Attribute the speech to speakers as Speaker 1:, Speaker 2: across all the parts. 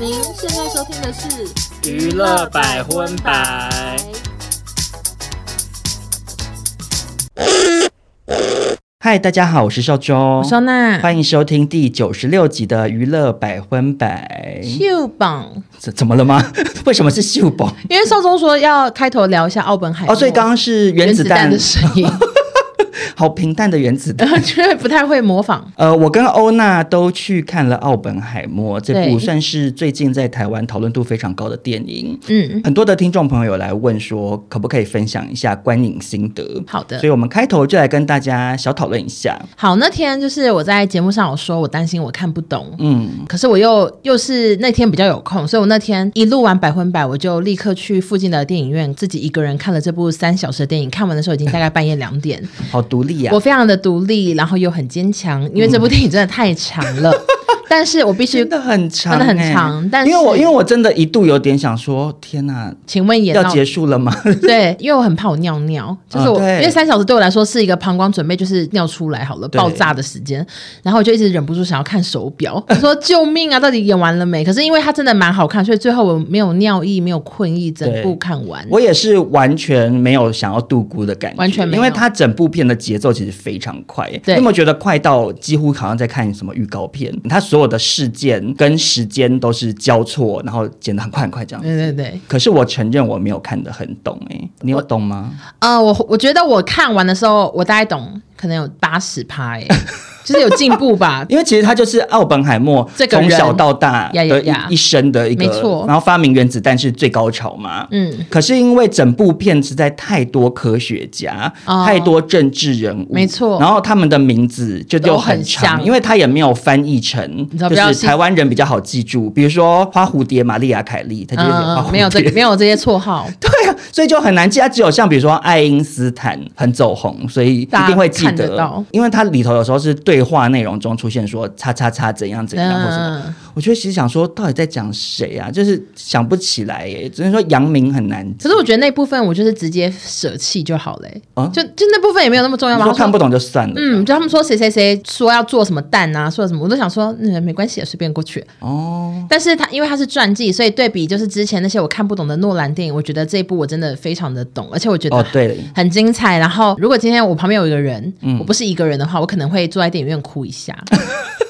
Speaker 1: 您现在收听的是《
Speaker 2: 娱乐百分百》。
Speaker 3: 嗨，大家好，我是少中，
Speaker 1: 我收纳，
Speaker 3: 哦欢迎收听第九十六集的娱乐百分百。
Speaker 1: 秀榜，
Speaker 3: 怎怎么了吗？ 为什么是秀宝？
Speaker 1: 因为少宗说要开头聊一下奥本海默
Speaker 3: 哦，所以刚刚是原
Speaker 1: 哎原
Speaker 3: 子
Speaker 1: 子
Speaker 3: 弹
Speaker 1: 弹的声音，
Speaker 3: 好平淡的原子弹。
Speaker 1: 觉得不太会模仿。
Speaker 3: 呃，我跟欧娜都去看了《奥本海默》这
Speaker 1: 对
Speaker 3: 部，算是最近在台湾讨论度非常高的电影。
Speaker 1: 嗯，
Speaker 3: 很多的听众朋友来问说，可不可以分享一下观影心得？
Speaker 1: 好的
Speaker 3: 所以我们开头就来跟大家小讨论一下。
Speaker 1: 好，那天就是我在节目上有说，我担心我看不懂，
Speaker 3: 嗯，
Speaker 1: 可是我又又是那天比较有空，所以我那天一录完百分百，我就立刻去附近的电影院自己一个人看了这部三小时的电影。看完的时候已经大概半夜两点，
Speaker 3: 好独立 啊呀、
Speaker 1: 我非常的独立，然后又很坚强，因为这部电影真的太长 了。但是我必须
Speaker 3: 真，的很长、欸，
Speaker 1: 真的很长但是
Speaker 3: 因为我因为我真的一度有点想说，天哪，
Speaker 1: 请问演
Speaker 3: 要
Speaker 1: 到
Speaker 3: 结束了 吗？
Speaker 1: 对，因为我很怕我尿尿，就是我、
Speaker 3: 啊对
Speaker 1: 因为三小时对我来说是一个膀胱准备就是尿出来好了
Speaker 3: 对
Speaker 1: 爆炸的时间，然后我就一直忍不住想要看手 表，我说救命啊，到底演完了没？可是因为它真的蛮好看，所以最后我没有尿意，没有困意，整部
Speaker 3: 对
Speaker 1: 看完。
Speaker 3: 我也是完全没有想要度估的感觉，
Speaker 1: 完全没有
Speaker 3: 因为它整部片的节奏其实非常快，欸
Speaker 1: 对
Speaker 3: 你有没有觉得快到几乎好像在看什么预告片？它所有的事件跟时间都是交错，然后剪得很快很快这样。
Speaker 1: 对对对，
Speaker 3: 可是我承认我没有看得很懂哎、你有懂吗？
Speaker 1: 呃，我我觉得我看完的时候，我大概懂，可能有八十趴，
Speaker 3: 。
Speaker 1: 哎、就是有进步吧
Speaker 3: 因为其实他就是奥本海默
Speaker 1: 这个人
Speaker 3: 从小到大
Speaker 1: 呀
Speaker 3: 的
Speaker 1: 呀
Speaker 3: 一
Speaker 1: 呀
Speaker 3: 一生的一个，
Speaker 1: 没错
Speaker 3: 然后发明原子弹是最高潮嘛，
Speaker 1: 嗯，
Speaker 3: 可是因为整部片实在太多科学家、
Speaker 1: 哦
Speaker 3: 太多政治人物，
Speaker 1: 没错
Speaker 3: 然后他们的名字就
Speaker 1: 都
Speaker 3: 又
Speaker 1: 很
Speaker 3: 很长，
Speaker 1: 像
Speaker 3: 因为他也没有翻译成
Speaker 1: 知道，
Speaker 3: 就
Speaker 1: 不要
Speaker 3: 是
Speaker 1: 信
Speaker 3: 台湾人比较好记住，比如说花蝴蝶玛丽亚凯莉，他就写花蝴蝶，
Speaker 1: 嗯嗯没有这没有这些绰号，
Speaker 3: 对啊，所以就很难记。他只有像比如说爱因斯坦很走红，所以一定会记
Speaker 1: 嗯大家看得到
Speaker 3: 因为它里头有时候是对话内容中出现说叉叉叉怎样怎样或什么。
Speaker 1: 嗯，
Speaker 3: 我就其实想说，到底在讲谁啊？就是想不起来耶，只能说杨明很难记。
Speaker 1: 可是我觉得那部分我就是直接舍弃就好了、欸
Speaker 3: 啊
Speaker 1: 就就那部分也没有那么重要
Speaker 3: 你
Speaker 1: 嘛。
Speaker 3: 说
Speaker 1: 他
Speaker 3: 看
Speaker 1: 说
Speaker 3: 不懂就算了。
Speaker 1: 嗯，就他们说谁谁谁说要做什么蛋啊，说什么，我都想说，嗯，没关系，随便过去。
Speaker 3: 哦，
Speaker 1: 但是他因为他是传记，所以对比就是之前那些我看不懂的诺兰电影，我觉得这一部我真的非常的懂，而且我觉
Speaker 3: 哦
Speaker 1: 得，
Speaker 3: 对了，嗯
Speaker 1: 很精彩。然后如果今天我旁边有一个人，我不是一个人的话，我可能会坐在电影院哭一下。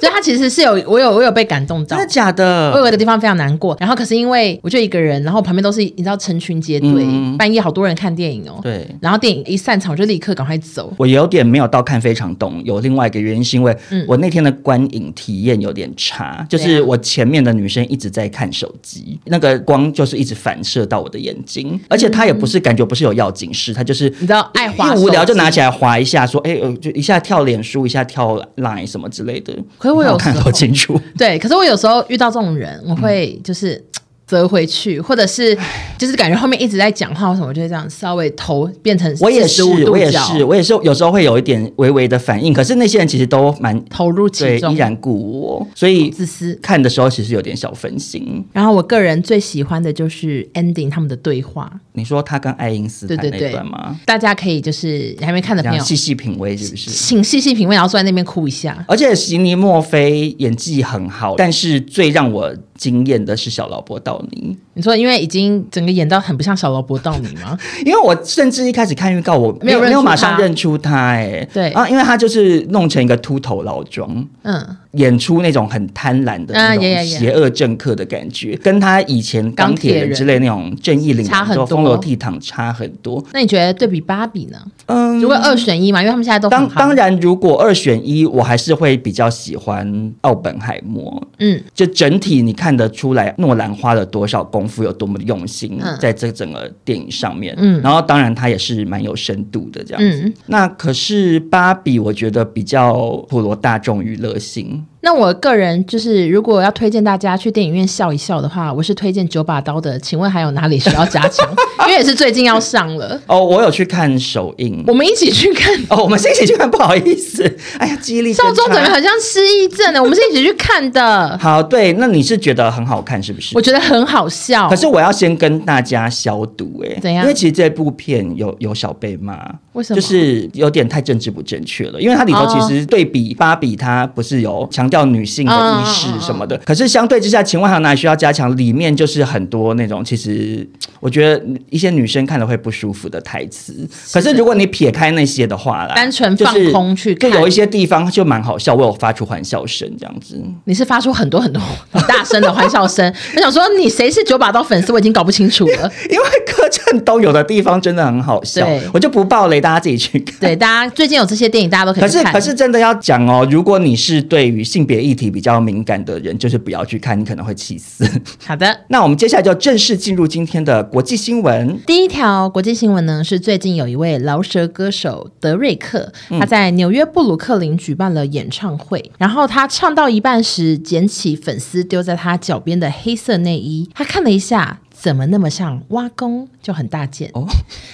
Speaker 1: 所以他其实是有我有我有被感动到
Speaker 3: 真的，假
Speaker 1: 我有
Speaker 3: 的？
Speaker 1: 一个地方非常难过，然后可是因为我就一个人，然后旁边都是你知道成群结队，
Speaker 3: 嗯
Speaker 1: 半夜好多人看电影哦。
Speaker 3: 对，
Speaker 1: 然后电影一散场，我就立刻赶快走。
Speaker 3: 我有点没有到看非常懂，有另外一个原因是因为
Speaker 1: 嗯
Speaker 3: 我那天的观影体验有点差，就
Speaker 1: 对
Speaker 3: 是
Speaker 1: 啊
Speaker 3: 我前面的女生一直在看手机，那个光就是一直反射到我的眼睛，而且她也不是感觉不是有要紧事，她就是
Speaker 1: 嗯你知道爱滑
Speaker 3: 一无聊
Speaker 1: 手机
Speaker 3: 就拿起来划一下，说哎、呃就一下跳脸书，一下跳 Line 什么之类的。
Speaker 1: 可 是我有时
Speaker 3: 看得
Speaker 1: 候
Speaker 3: 好清 楚，
Speaker 1: 对，可是我有时候遇到这种人，我
Speaker 3: 嗯
Speaker 1: 会就是。呃折回去，或者是 就是感觉后面一直在讲话或什么，我就会这样稍微头变成
Speaker 3: 我也是
Speaker 1: 45，度
Speaker 3: 我也
Speaker 1: 角
Speaker 3: 是，我也是，有时候会有一点微微的反应，可是那些人其实都蛮
Speaker 1: 投入
Speaker 3: 对，
Speaker 1: 其
Speaker 3: 依
Speaker 1: 中，
Speaker 3: 然故我，所以
Speaker 1: 自私。
Speaker 3: 看的时候其实有点小分心。
Speaker 1: 然后我个人最喜欢的就是 ending 他们的对话，
Speaker 3: 你说他跟爱因斯坦
Speaker 1: 对对对
Speaker 3: 那段吗？
Speaker 1: 大家可以就是还没看的
Speaker 3: 这
Speaker 1: 朋
Speaker 3: 样
Speaker 1: 友，
Speaker 3: 细细品味是不是？
Speaker 1: 请细细品味，然后坐在那边哭一下。
Speaker 3: 而且席尼墨菲演技很好，但是最让我惊艳的是小劳勃道尼，
Speaker 1: 你说，因为已经整个演到很不像小萝卜道你 吗？
Speaker 3: 因为我甚至一开始看预告，我
Speaker 1: 没
Speaker 3: 没
Speaker 1: 有
Speaker 3: 有
Speaker 1: 认
Speaker 3: 没
Speaker 1: 出
Speaker 3: 有
Speaker 1: 他
Speaker 3: 马上认出他、哎，
Speaker 1: 对
Speaker 3: 啊，因为他就是弄成一个秃头老庄，
Speaker 1: 嗯，
Speaker 3: 演出那种很贪婪的
Speaker 1: 啊
Speaker 3: 那
Speaker 1: 也也
Speaker 3: 种
Speaker 1: 也
Speaker 3: 邪恶政客的感觉，跟他以前
Speaker 1: 钢
Speaker 3: 钢
Speaker 1: 铁
Speaker 3: 铁人
Speaker 1: 人
Speaker 3: 之类那种正义凛
Speaker 1: 差很
Speaker 3: 然、
Speaker 1: 多
Speaker 3: 风流倜傥差很多。
Speaker 1: 那你觉得对比芭比呢？
Speaker 3: 嗯
Speaker 1: 如，果二选一嘛，因为他们现在都很
Speaker 3: 当
Speaker 1: 夯
Speaker 3: 当，然，如果二选一，我还是会比较喜欢奥本海默。
Speaker 1: 嗯，
Speaker 3: 就整体你看得出来，诺兰花了多少功夫，有多么的用心
Speaker 1: 嗯
Speaker 3: 在这整个电影上面。
Speaker 1: 嗯
Speaker 3: 然后当然他也是蛮有深度的这样子。
Speaker 1: 嗯
Speaker 3: 那可是芭比，我觉得比较普罗大众娱乐性。
Speaker 1: 那我个人就是，如果要推荐大家去电影院笑一笑的话，我是推荐九把刀的。请问还有哪里需要加 强？因为也是最近要上了，
Speaker 3: 哦，我有去看首映。
Speaker 1: 我们一起去看。
Speaker 3: 哦，我们是一起去看，不好意思，哎呀，记忆力真
Speaker 1: 少中
Speaker 3: 差
Speaker 1: 怎么好像失忆症呢？我们是一起去看的，
Speaker 3: 好，对，那你是觉得很好看是不是
Speaker 1: 我？觉得很好笑。
Speaker 3: 可是我要先跟大家消毒、哎，
Speaker 1: 怎样
Speaker 3: 因为其实这部片有有小被骂，
Speaker 1: 为什么
Speaker 3: 就是有点太政治不正确了，因为它里头
Speaker 1: 哦
Speaker 3: 其实对比芭比，它不是有强强调女性的意识什么的。
Speaker 1: 哦
Speaker 3: 可是相对之下，《情万还有哪里需要加强》里面就是很多那种其实我觉得一些女生看了会不舒服的台词。可是如果你撇开那些的话啦，
Speaker 1: 单纯
Speaker 3: 就是
Speaker 1: 放空去看
Speaker 3: 就有一些地方就蛮好笑，我有发出欢笑声这样子。
Speaker 1: 你是发出很多很 多很大声的欢笑 声，我想说你谁是九把刀粉丝，我已经搞不清楚了。
Speaker 3: 因为柯震东有的地方真的很好笑
Speaker 1: 对，
Speaker 3: 我就不爆雷，大家自己去看。
Speaker 1: 对，大家最近有这些电影，大家都可
Speaker 3: 可
Speaker 1: 以去
Speaker 3: 是
Speaker 1: 看。
Speaker 3: 可是真的要讲哦，如果你是对于性别议题比较敏感的人，就是不要去看，你可能会气死。
Speaker 1: 好的。
Speaker 3: 那我们接下来就正式进入今天的国际新闻。
Speaker 1: 第一条国际新闻呢，是最近有一位饶舌歌手德瑞克，他在纽约布鲁克林举办了演唱会，然后他唱到一半时捡起粉丝丢在他脚边的黑色内衣，他看了一下。怎么那么像挖工，就很大件
Speaker 3: 哦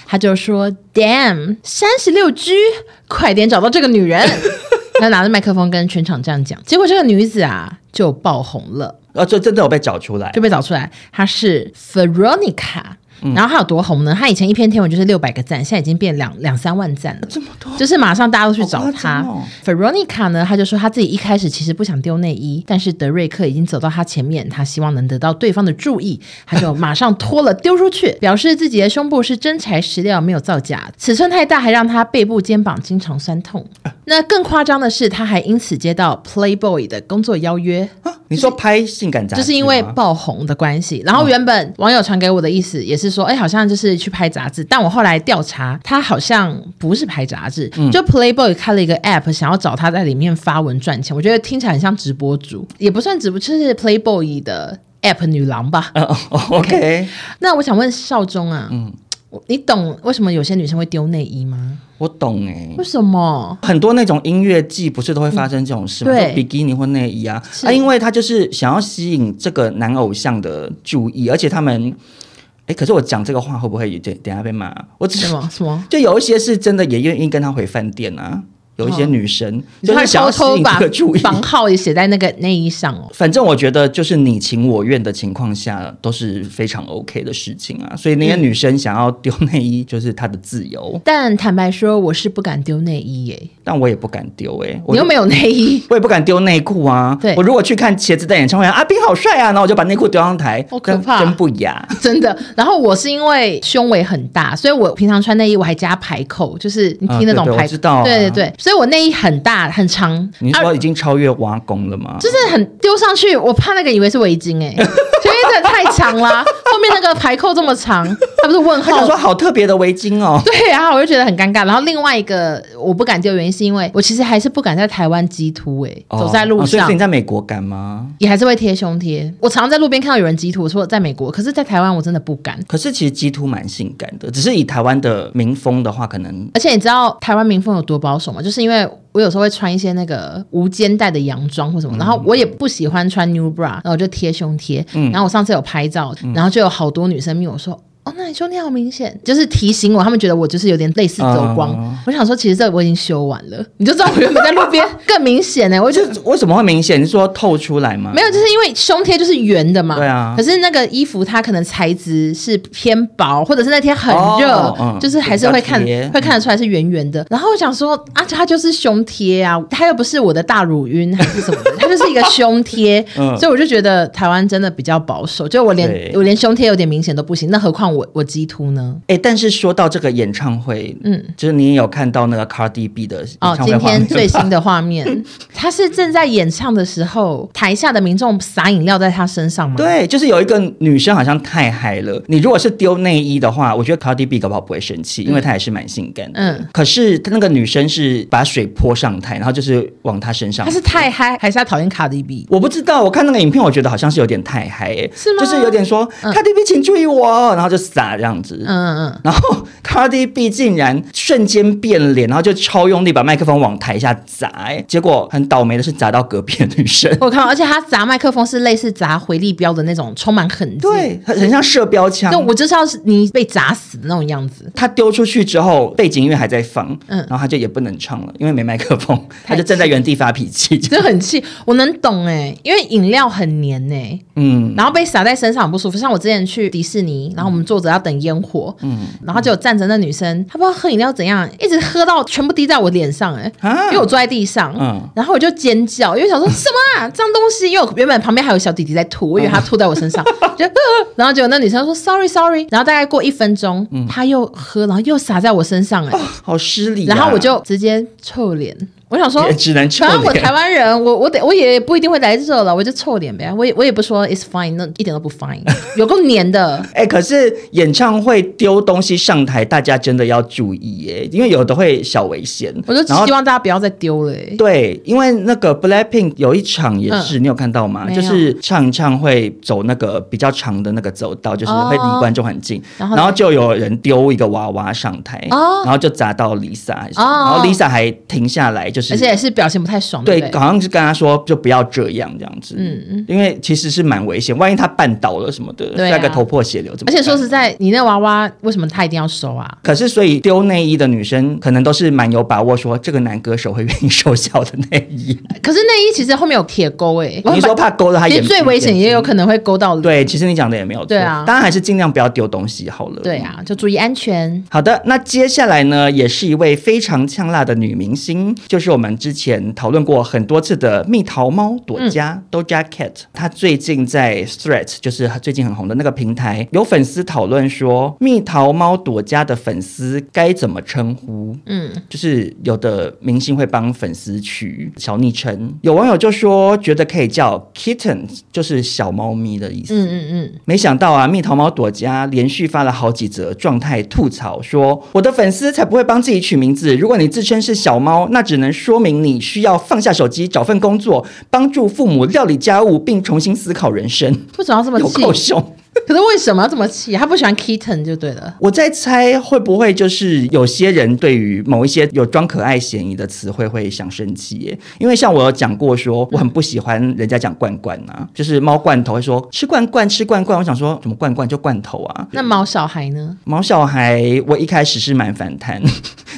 Speaker 1: 他就说：“Damn，三十六 G，快点找到这个女人。”他拿着麦克风跟全场这样讲，结果这个女子啊就爆红了。
Speaker 3: 呃，这真的有被找出来
Speaker 1: 就，被找出来，她是 Veronica。然
Speaker 3: 嗯
Speaker 1: 后她有多红呢？她以前一篇贴文就是六百个赞，现在已经变两两三万赞了，
Speaker 3: 这么多。
Speaker 1: 就是马上大家都去
Speaker 3: 好
Speaker 1: 找
Speaker 3: 夸
Speaker 1: 她。
Speaker 3: 张哦
Speaker 1: Veronica 呢，她就说她自己一开始其实不想丢内衣，但是德瑞克已经走到她前面，她希望能得到对方的注意，她就马上脱了丢出去， 表示自己的胸部是真材实料，没有造假，尺寸太大还让她背部肩膀经常酸痛。
Speaker 3: 啊
Speaker 1: 那更夸张的是，她还因此接到 Playboy 的工作邀约。
Speaker 3: 啊你说拍性感杂志
Speaker 1: 就
Speaker 3: 吗，
Speaker 1: 是因为爆红的关系。然后原本网友传给我的意思也是说，哎、好像就是去拍杂志，但我后来调查，他好像不是拍杂志，
Speaker 3: 嗯
Speaker 1: 就 Playboy 开了一个 app，想要找他在里面发文赚钱。我觉得听起来很像直播主，也不算直播，就是 Playboy 的 app 女郎吧。
Speaker 3: 嗯 哦哦，OK，
Speaker 1: 那我想问少中啊，
Speaker 3: 嗯
Speaker 1: 我你懂为什么有些女生会丢内衣吗？
Speaker 3: 我懂哎
Speaker 1: 为。什么？
Speaker 3: 很多那种音乐季不是都会发生这种事吗？
Speaker 1: 嗯对
Speaker 3: 就比基尼或内衣啊，
Speaker 1: 是
Speaker 3: 啊，因为他就是想要吸引这个男偶像的注意，而且他们，哎，可是我讲这个话会不会有点等一下被骂？我只
Speaker 1: 什
Speaker 3: 是
Speaker 1: 么什么？
Speaker 3: 就有一些是真的也愿意跟他回饭店啊，有一些女生、
Speaker 1: 哦你
Speaker 3: 就
Speaker 1: 说
Speaker 3: 是想
Speaker 1: 他
Speaker 3: 要
Speaker 1: 偷
Speaker 3: 吸
Speaker 1: 偷
Speaker 3: 引
Speaker 1: 把
Speaker 3: 这个注意。
Speaker 1: 房号也写在那个内衣上哦。
Speaker 3: 反正我觉得，就是你情我愿的情况下，都是非常 OK 的事情啊。所以
Speaker 1: 嗯
Speaker 3: 那些女生想要丢内衣，就是她的自由，
Speaker 1: 但坦白说，我是不敢丢内衣耶、
Speaker 3: 但我也不敢丢哎、我
Speaker 1: 你又没有内衣，
Speaker 3: 我也不敢丢内裤啊
Speaker 1: 对。
Speaker 3: 我如果去看茄子蛋演唱会，阿斌好帅啊，然后我就把内裤丢上台，
Speaker 1: 好可怕
Speaker 3: 真真不 雅。
Speaker 1: 真的。然后我是因为胸围很大，所以我平常穿内衣我还加排扣，就是你听得懂
Speaker 3: 啊对对
Speaker 1: 排
Speaker 3: 我知道啊
Speaker 1: 对对对，所以我内衣很大很长，
Speaker 3: 你
Speaker 1: 啊
Speaker 3: 说已经超越挖工了吗？
Speaker 1: 就是很丢上去，我怕那个以为是围 巾哎、欸，因为这太长啦，后面那个排扣这么长，它不是问
Speaker 3: 他想
Speaker 1: 号
Speaker 3: 说。好特别的围巾哦。
Speaker 1: 对啊，我就觉得很尴尬。然后另外一个我不敢丢，原因是因为我其实还是不敢在台湾激突、欸，哎、
Speaker 3: 哦
Speaker 1: 走在路
Speaker 3: 哦所以
Speaker 1: 上、
Speaker 3: 是你在美国敢吗？
Speaker 1: 也还是会贴胸贴。我常在路边看到有人激突，我说在美国，可是在台湾我真的不敢。
Speaker 3: 可是其实基督蛮性感的，只是以台湾的民风的话，可能
Speaker 1: 而且你知道台湾民风有多保守吗？就是因为我有时候会穿一些那个无肩带的洋装或什么，然后我也不喜欢穿 new bra，然后我就贴胸贴。然后我上次有拍照，然后就有好多女生命我说。哦，那你胸贴好明显，就是提醒我，他们觉得我就是有点类似走光。
Speaker 3: 嗯
Speaker 1: 我想说，其实这我已经修完了，你就知道我原本在路边更明显欸呢、我就
Speaker 3: 这为什么会明显？你说透出来吗？
Speaker 1: 没有，就是因为胸贴就是圆的嘛。
Speaker 3: 啊对啊
Speaker 1: 可是那个衣服它可能材质是偏薄，或者是那天很热，
Speaker 3: 哦嗯
Speaker 1: 就是还是会看
Speaker 3: 比较贴
Speaker 1: 会看得出来是圆圆的。然后我想说啊，它就是胸贴啊，它又不是我的大乳晕还是什么的， 它就是一个胸贴。
Speaker 3: 嗯
Speaker 1: 所以我就觉得台湾真的比较保守，就我连
Speaker 3: 对
Speaker 1: 我连胸贴有点明显都不行，那何况我我鸡突呢？
Speaker 3: 哎、但是说到这个演唱会，
Speaker 1: 嗯
Speaker 3: 嗯，就是你也有看到那个 Cardi B 的演
Speaker 1: 哦
Speaker 3: 唱，会
Speaker 1: 今
Speaker 3: 画面
Speaker 1: 天
Speaker 3: 吧
Speaker 1: 最新的画面， 他是正在演唱的时候，台下的民众撒饮料在他身上吗？
Speaker 3: 对，就是有一个女生好像太嗨了。你如果是丢内衣的话，我觉得 Cardi B 搞不好不会生气，因为她也是蛮性感的。
Speaker 1: 嗯
Speaker 3: 嗯，可是她那个女生是把水泼上台，然后就是往她身上
Speaker 1: 他。是太嗨，还是他讨厌卡迪比？
Speaker 3: 我不知道，我看那个影片，我觉得好像是有点太嗨、欸，
Speaker 1: 是吗
Speaker 3: 就是有点说、Cardi B 请注意我，然后就撒这样子。
Speaker 1: 嗯嗯嗯，
Speaker 3: 然后 Cardi B 竟然瞬间变脸，然后就超用力把麦克风往台下砸、哎，结果很倒霉的是砸到隔壁的女生。
Speaker 1: 我看到，而且他砸麦克风是类似砸回力镖的那种，充满痕迹。
Speaker 3: 对，很很像射标枪
Speaker 1: 就。我就是要是你被砸死的那种样子。
Speaker 3: 他丢出去之后，背景音乐还在放，
Speaker 1: 嗯
Speaker 3: 然后他就也不能唱了，因为没麦克风，
Speaker 1: 太
Speaker 3: 他就站在原地发脾气。
Speaker 1: 真的很气，我能懂哎、因为饮料很黏哎、
Speaker 3: 嗯，
Speaker 1: 然后被洒在身上很不舒服。像我之前去迪士尼，然后我们坐着要等烟火，嗯，然后就有站着那女生，她不知道喝饮料怎样，一直喝到全部滴在我脸上、欸，哎、
Speaker 3: 啊
Speaker 1: 因为我坐在地上，
Speaker 3: 嗯
Speaker 1: 然后我就尖叫，因为想说什么啊，脏东西，因为我原本旁边还有小弟弟在吐，
Speaker 3: 哦
Speaker 1: 我以为他吐在我 身上，就，呃然后结果那女生说 sorry sorry，然后大概过一分钟，
Speaker 3: 嗯
Speaker 1: 她又喝，然后又洒在我身上、欸，哎、
Speaker 3: 好失礼啊、
Speaker 1: 然后我就直接臭脸，我想说
Speaker 3: 也只能臭
Speaker 1: 反正我
Speaker 3: 脸
Speaker 1: 台湾人，我我得我也不一定会来这了，我就臭脸呗，我也我也不说 it's fine，那一点都 不 fine，有够黏的。
Speaker 3: 哎、可是演唱会丢东西上台，大家真的要注意耶，因为有的会小危险。
Speaker 1: 我就
Speaker 3: 然后
Speaker 1: 希望大家不要再丢了、欸，
Speaker 3: 对，因为那个 Blackpink 有一场也是，你有看到吗？
Speaker 1: 嗯没有
Speaker 3: 就是唱一唱会走那个比较长的那个走道，就是会
Speaker 1: 哦
Speaker 3: 离观众很近，
Speaker 1: 然
Speaker 3: 然
Speaker 1: 后
Speaker 3: 后
Speaker 1: 呢
Speaker 3: 就有人丢一个娃娃上台，
Speaker 1: 哦
Speaker 3: 然后就砸到 Lisa，、还是
Speaker 1: 哦
Speaker 3: 然后 Lisa 还停下来，就是
Speaker 1: 而且也是表情不太爽，对
Speaker 3: 对
Speaker 1: 不，对？
Speaker 3: 好像是跟他说就不要这样这样子，嗯，因为其实是蛮危险，万一他绊倒了什么的，
Speaker 1: 对啊
Speaker 3: 那个头破血流怎么
Speaker 1: 而
Speaker 3: 办？
Speaker 1: 且说实在，你那娃娃为什么他一定要收啊？
Speaker 3: 可是，所以丢内衣的女生可能都是蛮有把握，说这个男歌手会愿意收下我的内衣。
Speaker 1: 可是内衣其实后面有铁钩哎， 我
Speaker 3: 你
Speaker 1: 很
Speaker 3: 说怕勾到他
Speaker 1: 其
Speaker 3: 眼
Speaker 1: 实最危险也有可能会勾到人。
Speaker 3: 对，其实你讲的也没有错。
Speaker 1: 对啊
Speaker 3: 当然还是尽量不要丢东西好了。
Speaker 1: 对。啊，就注意安全。
Speaker 3: 好的，那接下来呢，也是一位非常呛辣的女明星，就是我们之前讨论过很多次的蜜桃猫朵佳、Doja Cat。她最近在 Threat，就是最近很红的那个平台，有粉丝讨论说，蜜桃猫朵佳的粉丝该怎么称呼？
Speaker 1: 嗯，
Speaker 3: 就是有的明星会帮粉丝取小昵称，有网友就说觉得可以叫 kitten，就是小猫咪的意思。
Speaker 1: 嗯嗯嗯，
Speaker 3: 没想到啊，蜜桃猫朵家连续发了好几则状态吐槽说，我的粉丝才不会帮自己取名字。如果你自称是小猫，那只能说明你需要放下手机，找份工作，帮助父母料理家务，并重新思考人 生。
Speaker 1: 为什么要这么
Speaker 3: 有
Speaker 1: 气？
Speaker 3: 够凶！
Speaker 1: 可是为什么要这么气？他不喜欢 kitten 就对了。
Speaker 3: 我在猜会不会就是有些人对于某一些有装可爱嫌疑的词汇会想生气耶？因为像我有讲过说，我很不喜欢人家讲罐罐啊，就是猫罐头会说吃罐罐吃罐罐，我想说什么罐罐就罐头啊。
Speaker 1: 那毛小孩呢？
Speaker 3: 毛小孩，我一开始是蛮反 弹，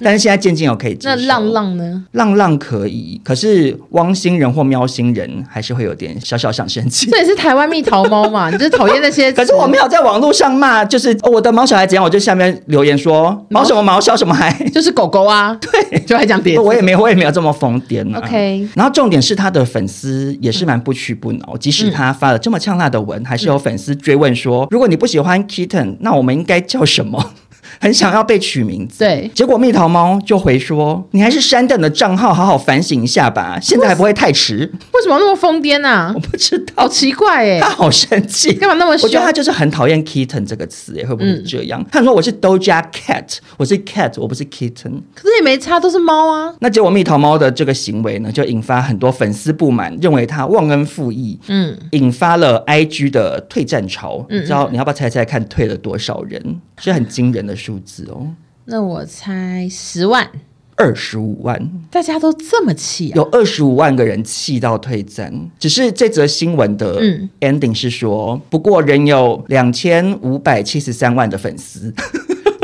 Speaker 3: 但是现在渐渐有可以接
Speaker 1: 那
Speaker 3: 受。
Speaker 1: 浪浪呢？
Speaker 3: 浪浪可以，可是汪星人或喵星人还是会有点小小想生气。
Speaker 1: 这也是台湾蜜桃猫嘛？你就是讨厌那 些，
Speaker 3: 可是我没有在网络上骂，就是、哦我的毛小孩怎样，我就下面留言说毛什么毛小什么孩。
Speaker 1: 就是狗狗啊，对，就还讲别的，
Speaker 3: 我也没有，我也没有这么疯癫啊。
Speaker 1: OK 嗯
Speaker 3: 然后重点是他的粉丝也是蛮不屈不挠，即使他发了这么呛辣的文，还是有粉丝追问说，如果你不喜欢 Kitten，那
Speaker 1: 嗯
Speaker 3: 我们应该叫什么？ 很想要被取名字，
Speaker 1: 对
Speaker 3: 结果蜜桃猫就回说：“你还是删掉你的账号，好好反省一下吧，现在还不会太迟。
Speaker 1: 为什么那么疯癫啊
Speaker 3: 我？不知道，
Speaker 1: 好奇怪哎、
Speaker 3: 他好生气，
Speaker 1: 干嘛那么
Speaker 3: 哦我
Speaker 1: 凶嗯
Speaker 3: 觉？得他就是很讨厌 kitten 这个词，哎，会不会是这样？他说我是 Doja Cat，我是 cat，我不是 kitten。
Speaker 1: 可是也没差，都是猫啊。
Speaker 3: 那结果蜜桃猫的这个行为呢，就引发很多粉丝不满，认为他忘恩负义，
Speaker 1: 嗯，
Speaker 3: 引发了 IG 的退战潮。你知道你要不要猜猜看退了多少人？是很惊人的数字哦，
Speaker 1: 那我猜十万，
Speaker 3: 二十五万。
Speaker 1: 大家都这么气啊？
Speaker 3: 有二十五万个人气到退战，只是这则新闻的
Speaker 1: 嗯
Speaker 3: ending 是说，不过仍有两千五百七十三万的粉丝，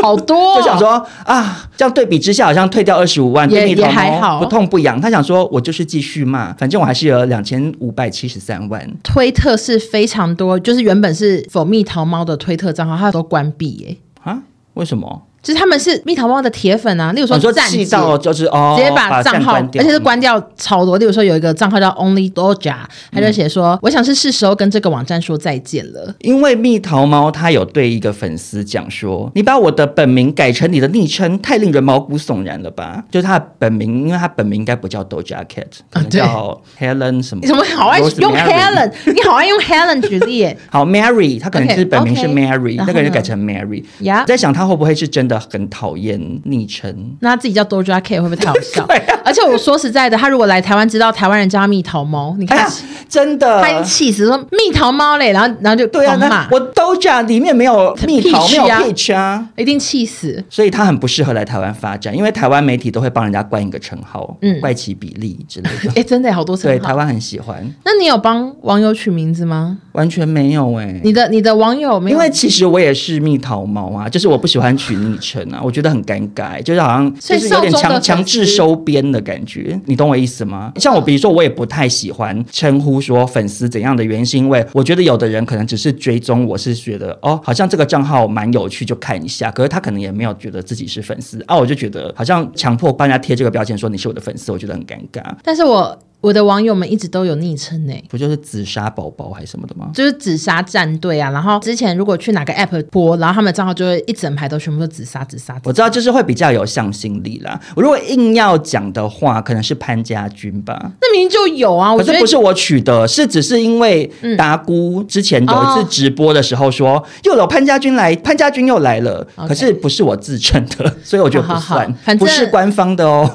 Speaker 1: 好多、哦，
Speaker 3: 就想说啊，这样对比之下，好像退掉二十五万，
Speaker 1: 也
Speaker 3: 对蜜桃
Speaker 1: 也还好
Speaker 3: 猫不痛不痒。他想说，我就是继续骂，反正我还是有两千五百七十三万。
Speaker 1: 推特是非常多，就是原本是否蜜桃猫的推特账号，它都关闭耶、
Speaker 3: 啊？为什么？
Speaker 1: 就是他们是蜜桃猫的铁粉啊。例如
Speaker 3: 我哦说
Speaker 1: 站
Speaker 3: 气
Speaker 1: 姐。
Speaker 3: 到就是哦，
Speaker 1: 直接
Speaker 3: 把
Speaker 1: 把账
Speaker 3: 站
Speaker 1: 号，
Speaker 3: 关
Speaker 1: 而
Speaker 3: 掉嗯
Speaker 1: 且是关掉超多。例如说有一个账号叫 Only Doja，他就写说：“我想是是时候跟这个网站说再见了。
Speaker 3: 因为蜜桃猫它有对一个粉丝讲说：“你把我的本名改成你的昵称，太令人毛骨悚然了吧？”就是他的本名，因为他本名应该不叫 Doja Cat，可能
Speaker 1: 啊对
Speaker 3: 叫 Helen 什么？”
Speaker 1: 你怎么好爱
Speaker 3: Rosemary
Speaker 1: 用 Helen？你好爱用 Helen 举例 耶，
Speaker 3: 好，Mary，他可能
Speaker 1: OK，
Speaker 3: 是本名是
Speaker 1: OK
Speaker 3: Mary，
Speaker 1: 然后
Speaker 3: 那个人
Speaker 1: 呢
Speaker 3: 改成 Mary。
Speaker 1: 呀
Speaker 3: 我在想他会不会是真的很讨厌昵称？
Speaker 1: 那他自己叫 Doja Cat 会不会太好笑？
Speaker 3: 啊
Speaker 1: 而且我说实在的，他如果来台湾知道台湾人叫他蜜桃猫，你
Speaker 3: 哎
Speaker 1: 看
Speaker 3: 呀，真的
Speaker 1: 他已，经气死，说蜜桃猫嘞，然后然后就
Speaker 3: 对啊，
Speaker 1: 狂
Speaker 3: 那
Speaker 1: 骂，
Speaker 3: 我 Doja 里面没有蜜桃，没
Speaker 1: peach
Speaker 3: 有
Speaker 1: 啊
Speaker 3: peach 啊。
Speaker 1: 一定气死。
Speaker 3: 所以他很不适合来台湾发展，因为台湾媒体都会帮人家冠一个称号，
Speaker 1: 嗯
Speaker 3: 怪奇比例之类的。
Speaker 1: 哎，真的 耶好多
Speaker 3: 对，
Speaker 1: 称
Speaker 3: 台
Speaker 1: 号。
Speaker 3: 湾很喜欢，
Speaker 1: 那你有帮网友取名字吗？
Speaker 3: 完全没有哎、
Speaker 1: 你的你的网友没有？
Speaker 3: 因为其实我也是蜜桃猫啊，就是我不喜欢取昵程啊，我觉得很尴尬，就是好像
Speaker 1: 所
Speaker 3: 就
Speaker 1: 以
Speaker 3: 是有点
Speaker 1: 少中的
Speaker 3: 强强
Speaker 1: 粉丝
Speaker 3: 制收编的感觉，你懂我意思吗？像我，比如说我也不太喜欢称呼说粉丝怎样的原因，是因为我觉得有的人可能只是追踪，我是觉得哦，好像这个账号蛮有趣，就看一下，可是他可能也没有觉得自己是粉丝啊，我就觉得好像强迫帮人家贴这个标签说你是我的粉丝，我觉得很尴尬。
Speaker 1: 但是我我的网友们一直都有昵称呢、
Speaker 3: 不就是紫砂宝宝还是什么的吗？
Speaker 1: 就是紫砂战队啊，然后之前如果去哪个 app 播，然后他们的账号就会一整排都全部都紫砂紫砂。
Speaker 3: 我知道，就是会比较有向心力啦。我如果硬要讲的话，可能是潘家军吧。
Speaker 1: 那明明就有啊，我
Speaker 3: 可
Speaker 1: 觉
Speaker 3: 是
Speaker 1: 得嗯
Speaker 3: 不是我取的，是只是因为达姑之前有一次直播的时候说，又有潘家军来，潘家军又来了。
Speaker 1: OK
Speaker 3: 可是不是我自称的， 所以我觉得不
Speaker 1: 好
Speaker 3: 算，
Speaker 1: 好好反正
Speaker 3: 不是官方的哦。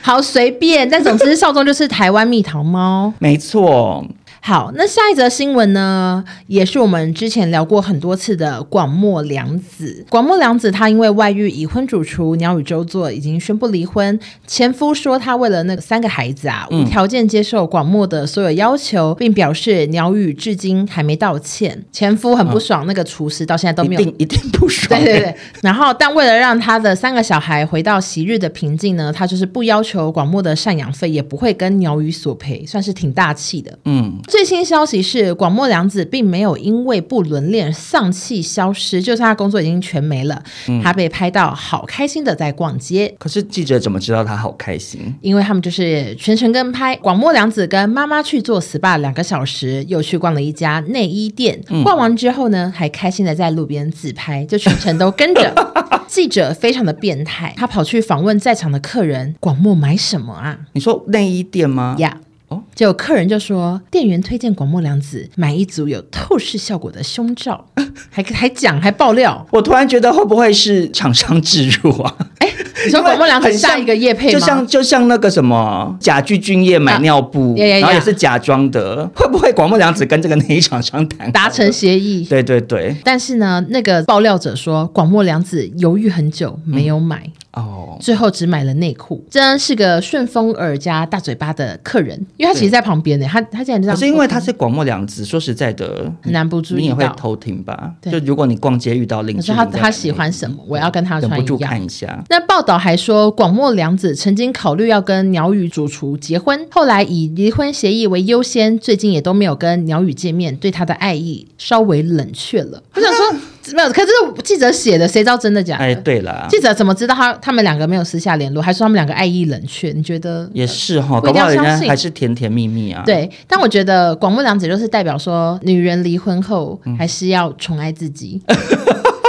Speaker 1: 好随便，但总之少宗就是 台湾蜜桃猫。
Speaker 3: 没错，
Speaker 1: 好，那下一则新闻呢，也是我们之前聊过很多次的广末凉子。广末凉子她因为外遇已婚主厨鸟语周作已经宣布离婚，前夫说他为了那三个孩子
Speaker 3: 嗯
Speaker 1: 啊，无条件接受广末的所有要求，并表示鸟语至今还没道歉。前夫很不爽，那个厨师到现在都
Speaker 3: 一
Speaker 1: 没有
Speaker 3: 定一定不爽、
Speaker 1: 对对对，然后但为了让他的三个小孩回到昔日的平静呢，他就是不要求广末的赡养费，也不会跟鸟语索赔，算是挺大气的。
Speaker 3: 嗯，
Speaker 1: 最新消息是，广末凉子并没有因为不伦恋丧气消失，就算他工作已经全没了，他被拍到好开心的在逛街。
Speaker 3: 可是记者怎么知道他好开心？
Speaker 1: 因为他们就是全程跟拍，广末凉子跟妈妈去做 SPA 两个小时，又去逛了一家内衣店。逛完之后呢，还开心的在路边自拍，就全程都跟着。记者非常的变态，他跑去访问在场的客人，广末买什么啊？
Speaker 3: 你说内衣店吗？
Speaker 1: 呀、
Speaker 3: 哦
Speaker 1: 就有客人就说，店员推荐广末凉子买一组有透视效果的 胸罩，还还讲还爆料，
Speaker 3: 我突然觉得会不会是厂商植入啊？
Speaker 1: 你说广末凉子
Speaker 3: 很像
Speaker 1: 下一个夜配吗？
Speaker 3: 就像就像那个什么假具俊业买尿布，
Speaker 1: 啊呀呀呀
Speaker 3: 然后也是假装的， 会不会广末凉子跟这个内衣厂商谈好了
Speaker 1: 达成？协议。
Speaker 3: 对对对，
Speaker 1: 但是呢，那个爆料者说，广末凉子犹豫很久没有买，
Speaker 3: 哦，
Speaker 1: 最后只买了内裤。真是个顺风耳加大嘴巴的客人，因为他其实在旁边呢，他他竟然这
Speaker 3: 可
Speaker 1: 样，
Speaker 3: 是因为他是广末凉子，说实在的，
Speaker 1: 很难不注
Speaker 3: 你
Speaker 1: 意
Speaker 3: 也会
Speaker 1: 到。
Speaker 3: 偷听吧？
Speaker 1: 对
Speaker 3: 就如果你逛街遇到林
Speaker 1: 可
Speaker 3: 志
Speaker 1: 是
Speaker 3: 玲
Speaker 1: 他
Speaker 3: 在
Speaker 1: 他喜欢
Speaker 3: 那
Speaker 1: 什么？我要跟他
Speaker 3: 边忍
Speaker 1: 穿
Speaker 3: 不
Speaker 1: 一
Speaker 3: 住
Speaker 1: 样。
Speaker 3: 看一下。
Speaker 1: 那报道还说，广末凉子曾经考虑要跟鸟语主厨结婚，后来以离婚协议为优先，最近也都没有跟鸟语见面，对他的爱意稍微冷却了。 我想说，没有，可是这是记者写的，谁知道真的假的？
Speaker 3: 哎，对啦，
Speaker 1: 记者怎么知道他他们两个没有私下联络，还说他们两个爱意冷却？你觉得？
Speaker 3: 也是哈，
Speaker 1: 不
Speaker 3: 搞
Speaker 1: 一定
Speaker 3: 不
Speaker 1: 要
Speaker 3: 好人家
Speaker 1: 相信
Speaker 3: 还是甜甜蜜蜜啊。，
Speaker 1: 对，但我觉得广末凉子就是代表说，女人离婚后还是要宠爱自己，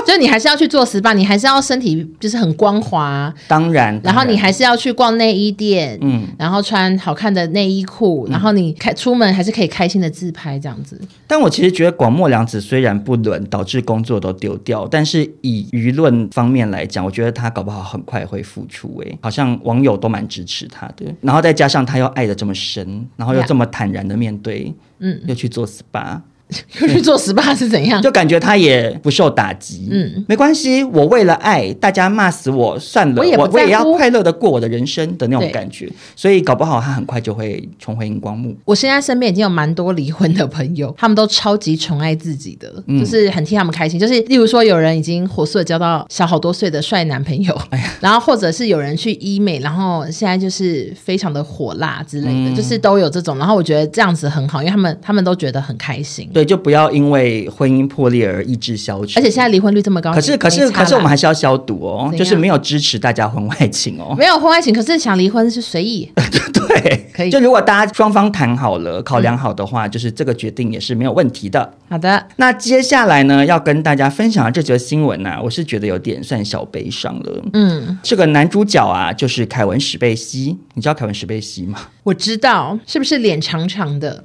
Speaker 1: 就你还是要去做 SPA，你还是要身体就是很光滑，啊
Speaker 3: 当然，
Speaker 1: 然后
Speaker 3: 当
Speaker 1: 你还是要去逛内衣店，
Speaker 3: 嗯
Speaker 1: 然后穿好看的内衣裤，然后你开出门还是可以开心的自拍这样子。
Speaker 3: 但我其实觉得广末凉子虽然不伦，导致工作都丢掉，但是以舆论方面来讲，我觉得她搞不好很快会复出、欸。好像网友都蛮支持她的。然后再加上她又爱的这么深，然后又
Speaker 1: Yeah
Speaker 3: 这么坦然的面对，
Speaker 1: 嗯，
Speaker 3: 又去做 SPA，
Speaker 1: 又 去做 SPA 是怎样？
Speaker 3: 就感觉她也不受打击。
Speaker 1: 嗯，
Speaker 3: 没关系，我为了爱，大家骂死我算了，
Speaker 1: 我
Speaker 3: 我
Speaker 1: 也不在乎
Speaker 3: 也要快乐的过我的人生的那
Speaker 1: 对
Speaker 3: 种感觉。所以搞不好她很快就会重回荧光幕。
Speaker 1: 我现在身边已经有蛮多离婚的朋友， 他们都超级宠爱自己的，
Speaker 3: 嗯
Speaker 1: 就是很替他们开心。就是例如说，有人已经火速的交到小好多岁的帅男朋友，
Speaker 3: 哎
Speaker 1: 然后或者是有人去医美，然后现在就是非常的火辣之类
Speaker 3: 嗯
Speaker 1: 的，就是都有这种。然后我觉得这样子很好，因为他们他们都觉得很开心。
Speaker 3: 对，就不要因为婚姻破裂而意志消沉。
Speaker 1: 而且现在离婚率这么高，
Speaker 3: 可是
Speaker 1: 也
Speaker 3: 可是
Speaker 1: 没差啦
Speaker 3: 可是我们还是要消毒哦
Speaker 1: 怎，
Speaker 3: 就是
Speaker 1: 样
Speaker 3: 没有支持大家婚外情哦。
Speaker 1: 没有婚外情，可是想离婚是 随意。
Speaker 3: 对，
Speaker 1: 可以嗯
Speaker 3: 就如果大家双方谈好了、考量好的话，就是这个决定也是没有问题的。
Speaker 1: 好的，
Speaker 3: 那接下来呢，要跟大家分享的这则新闻呢、啊我是觉得有点算小悲伤了。
Speaker 1: 嗯，
Speaker 3: 这个男主角啊，就是凯文史贝西，你知道凯文史贝西吗？
Speaker 1: 我知道，是不是脸长长的、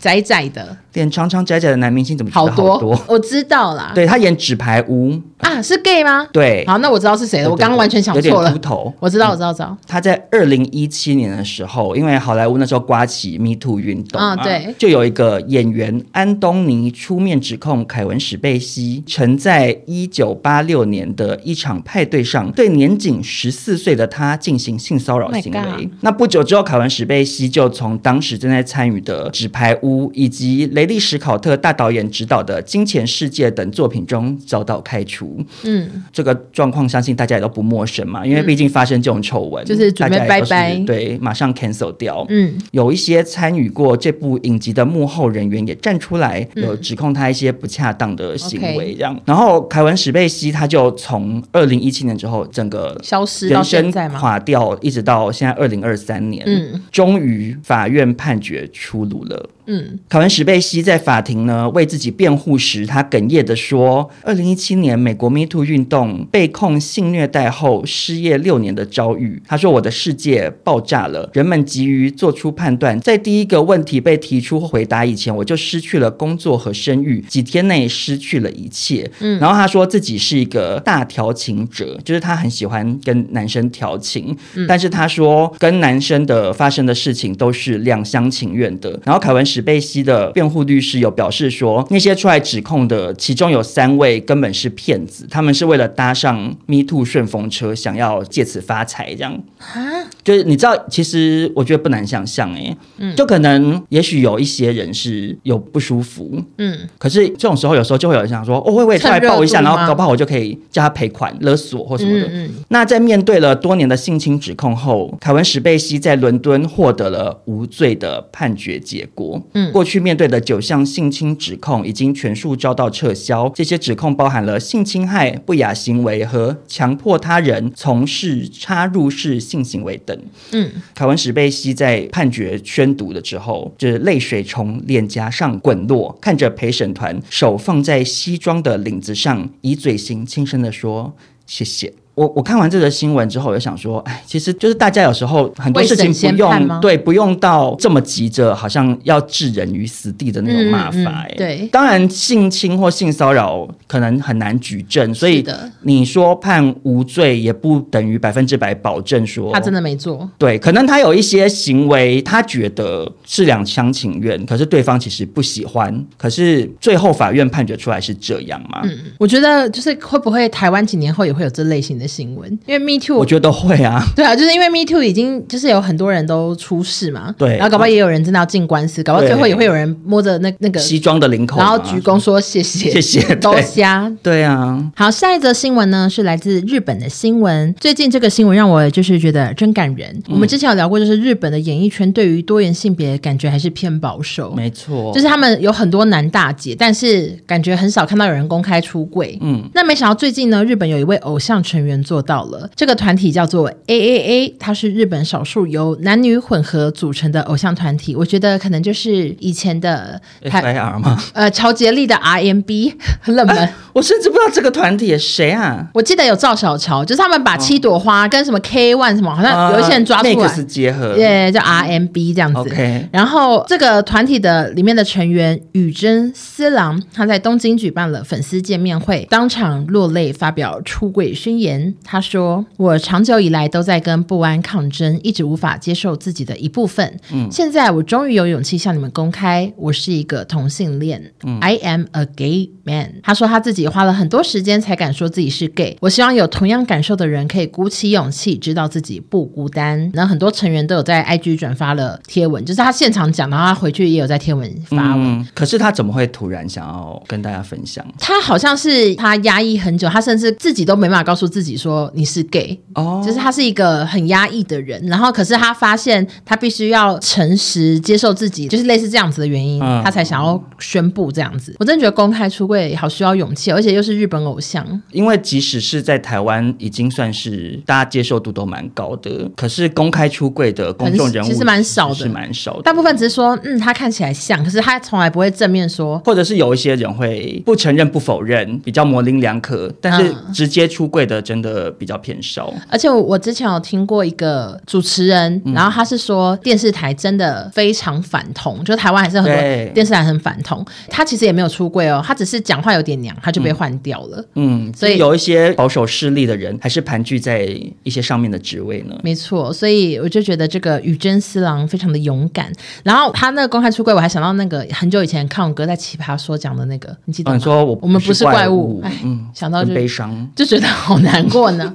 Speaker 1: 窄窄的，
Speaker 3: 脸长长窄窄的男明星怎么觉得
Speaker 1: 多？
Speaker 3: 好多？
Speaker 1: 我知道啦。
Speaker 3: 对他演《纸牌屋》，
Speaker 1: 啊，是 gay 吗？
Speaker 3: 对，
Speaker 1: 好，那我知道是谁
Speaker 3: 对
Speaker 1: 了。我刚刚完全想错
Speaker 3: 有点
Speaker 1: 了
Speaker 3: 秃。头。嗯
Speaker 1: 我知道，我知道，我知道。
Speaker 3: 他在二零一七年的时候，因为好莱坞那时候刮起 Me Too 运动嘛
Speaker 1: 啊对
Speaker 3: 就有一个演员安东尼出面指控凯文史贝西曾在一九八六年的一场派对上对年仅十四岁的他进行性骚扰
Speaker 1: Oh my
Speaker 3: 行为。
Speaker 1: God
Speaker 3: 那不久之后，凯文史贝西就从当时正在参与的《纸牌屋》以及《雷利·史考特大导演执导的《金钱世界》等作品中遭到开除。
Speaker 1: 嗯，
Speaker 3: 这个状况相信大家也都不陌生嘛，因为毕竟发生这种丑闻，
Speaker 1: 就是准备
Speaker 3: 大家也都是
Speaker 1: 拜拜
Speaker 3: 对，马上 cancel 掉。
Speaker 1: 嗯，
Speaker 3: 有一些参与过这部影集的幕后人员也站出来，有指控他一些不恰当的行
Speaker 1: 嗯 OK
Speaker 3: 为，这样。然后凯文·史贝西他就从二零一七年之后，整个
Speaker 1: 消失到
Speaker 3: 人
Speaker 1: 现
Speaker 3: 生
Speaker 1: 在吗？
Speaker 3: 垮掉，一直到现在二零二三年，
Speaker 1: 嗯
Speaker 3: 终于法院判决出炉了。
Speaker 1: 嗯，
Speaker 3: 凯文·史贝西在法庭呢为自己辩护时，他哽咽地说：“二零一七年美国 Me Too 运动被控性虐待后失业六年的遭遇，他说我的世界爆炸了，人们急于做出判断，在第一个问题被提出或回答以前，我就失去了工作和声誉，几天内失去了一切。”嗯，然后他说自己是一个大调情者，就是他很喜欢跟男生调情，但是他说跟男生的发生的事情都是两厢情愿的。然后凯文·史贝西的辩护律师有表示说，那些出来指控的，其中有三位根本是骗子，他们是为了搭上 Me Too 顺风车，想要借此发财这样。
Speaker 1: 啊，
Speaker 3: 就是你知道，其实我觉得不难想象哎、
Speaker 1: 嗯
Speaker 3: 就可能也许有一些人是有不舒服，
Speaker 1: 嗯，
Speaker 3: 可是这种时候有时候就会有人想说，哦，我我也出来报一下，
Speaker 1: 趁热
Speaker 3: 然
Speaker 1: 度吗
Speaker 3: 后搞不好我就可以叫他赔款、勒索或什么的。
Speaker 1: 嗯
Speaker 3: 那在面对了多年的性侵指控后，凯文·史贝西在伦敦获得了无罪的判决结果。
Speaker 1: 嗯
Speaker 3: 过去面对的九项性侵指控已经全数遭到撤销，这些指控包含了性侵害、不雅行为和强迫他人从事插入式性行为等。
Speaker 1: 嗯
Speaker 3: 凯文·史贝西在判决宣读了之后，就是泪水从脸颊上滚落，看着陪审团手放在西装的领子上，以嘴型轻声地说：“谢谢。”我我看完这则新闻之后，我就想说，哎，其实就是大家有时候很多
Speaker 1: 未
Speaker 3: 事情
Speaker 1: 审先
Speaker 3: 不
Speaker 1: 判吗
Speaker 3: 用对，不用到这么急着，好像要置人于死地的那种骂
Speaker 1: 嗯嗯
Speaker 3: 法、哎、
Speaker 1: 对
Speaker 3: 当然，性侵或性骚扰可能很难举证，所
Speaker 1: 是
Speaker 3: 以
Speaker 1: 的
Speaker 3: 你说判无罪，也不等于百分之百保证说
Speaker 1: 他真的没做，
Speaker 3: 对，可能他有一些行为，他觉得是两厢情愿，可是对方其实不喜欢，可是最后法院判决出来是这样嘛？
Speaker 1: 嗯，我觉得就是会不会台湾几年后也会有这类型的新闻？因为 Me
Speaker 3: 我
Speaker 1: Too，
Speaker 3: 觉得会啊，
Speaker 1: 对啊，就是因为 Me Too 已经就是有很多人都出事嘛，
Speaker 3: 对
Speaker 1: 然后搞不好也有人真的要进官司，搞不好最后也会有人摸着那那个，
Speaker 3: 西装的领口嘛，
Speaker 1: 然后鞠躬说谢谢，
Speaker 3: 谢谢
Speaker 1: 都
Speaker 3: 对
Speaker 1: 瞎，
Speaker 3: 对啊，
Speaker 1: 好，下一则新闻呢是来自日本的新闻。最近这个新闻让我就是觉得真感人。
Speaker 3: 嗯
Speaker 1: 我们之前有聊过，就是日本的演艺圈对于多元性别感觉还是偏保守，
Speaker 3: 没错，
Speaker 1: 就是他们有很多男大姐，但是感觉很少看到有人公开出柜。
Speaker 3: 嗯，
Speaker 1: 那没想到最近呢，日本有一位偶像成员做到了。这个团体叫做 AAA，它是日本少数由男女混合组成的偶像团体。我觉得可能就是以前的
Speaker 3: FIR 嘛，
Speaker 1: 呃乔杰利的 RMB 很冷门。
Speaker 3: 我甚至不知道这个团体谁啊，
Speaker 1: 我记得有赵小乔，就是他们把七朵花跟什么 K One 什么，好像有一些人抓出
Speaker 3: 哦那个
Speaker 1: 来
Speaker 3: 是。啊结合，
Speaker 1: 对，叫 RMB 这样子。
Speaker 3: OK
Speaker 1: 然后这个团体的里面的成员宇真司郎，他在东京举办了粉丝见面会，当场落泪发表出轨宣言。他说：“我长久以来都在跟不安抗争，一直无法接受自己的一部分。
Speaker 3: 嗯
Speaker 1: 现在我终于有勇气向你们公开，我是一个同性恋、i am a gay man。”他说他自己花了很多时间才敢说自己是 gay。我希望有同样感受的人可以鼓起勇气，知道自己不孤单。然后很多成员都有在 IG 转发了贴文，就是他现场讲，然后他回去也有在贴文发文。
Speaker 3: 嗯，可是他怎么会突然想要跟大家分享？
Speaker 1: 他好像是他压抑很久，他甚至自己都没办法告诉自己说你是 gay，
Speaker 3: 哦
Speaker 1: 就是他是一个很压抑的人，然后可是他发现他必须要诚实接受自己，就是类似这样子的原因，
Speaker 3: 嗯
Speaker 1: 他才想要宣布这样子。我真的觉得公开出柜好需要勇气，而且又是日本偶像，
Speaker 3: 因为即使是在台湾，已经算是大家接受度都蛮高的，可是公开出柜的公众人物
Speaker 1: 其实蛮少的
Speaker 3: 是蛮少的。
Speaker 1: 大部分只是说嗯他看起来像，可是他从来不会正面说。
Speaker 3: 或者是有一些人会不承认、不否认，比较模棱两可，但是
Speaker 1: 嗯
Speaker 3: 直接出柜的真的比较偏少。
Speaker 1: 而且我我之前有听过一个主持人，
Speaker 3: 嗯
Speaker 1: 然后他是说电视台真的非常反同，就台湾还是很多
Speaker 3: 对
Speaker 1: 电视台很反同。他其实也没有出柜哦，他只是讲话有点娘，他就被换掉了。
Speaker 3: 嗯，
Speaker 1: 所以
Speaker 3: 有一些保守势力的人还是盘踞在一些上面的职位呢。
Speaker 1: 没错，所以我就觉得这个宇真司郎非常的勇敢。然后他那个公开出柜，我还想到那个很久以前看我哥在《奇葩说》讲的那个，你记得
Speaker 3: 哦
Speaker 1: 吗？
Speaker 3: 你说我
Speaker 1: 我们不
Speaker 3: 不
Speaker 1: 是
Speaker 3: 是
Speaker 1: 怪
Speaker 3: 物
Speaker 1: 物，哎
Speaker 3: 嗯，
Speaker 1: 想到
Speaker 3: 很
Speaker 1: 就
Speaker 3: 悲伤。
Speaker 1: 就觉得好难过呢。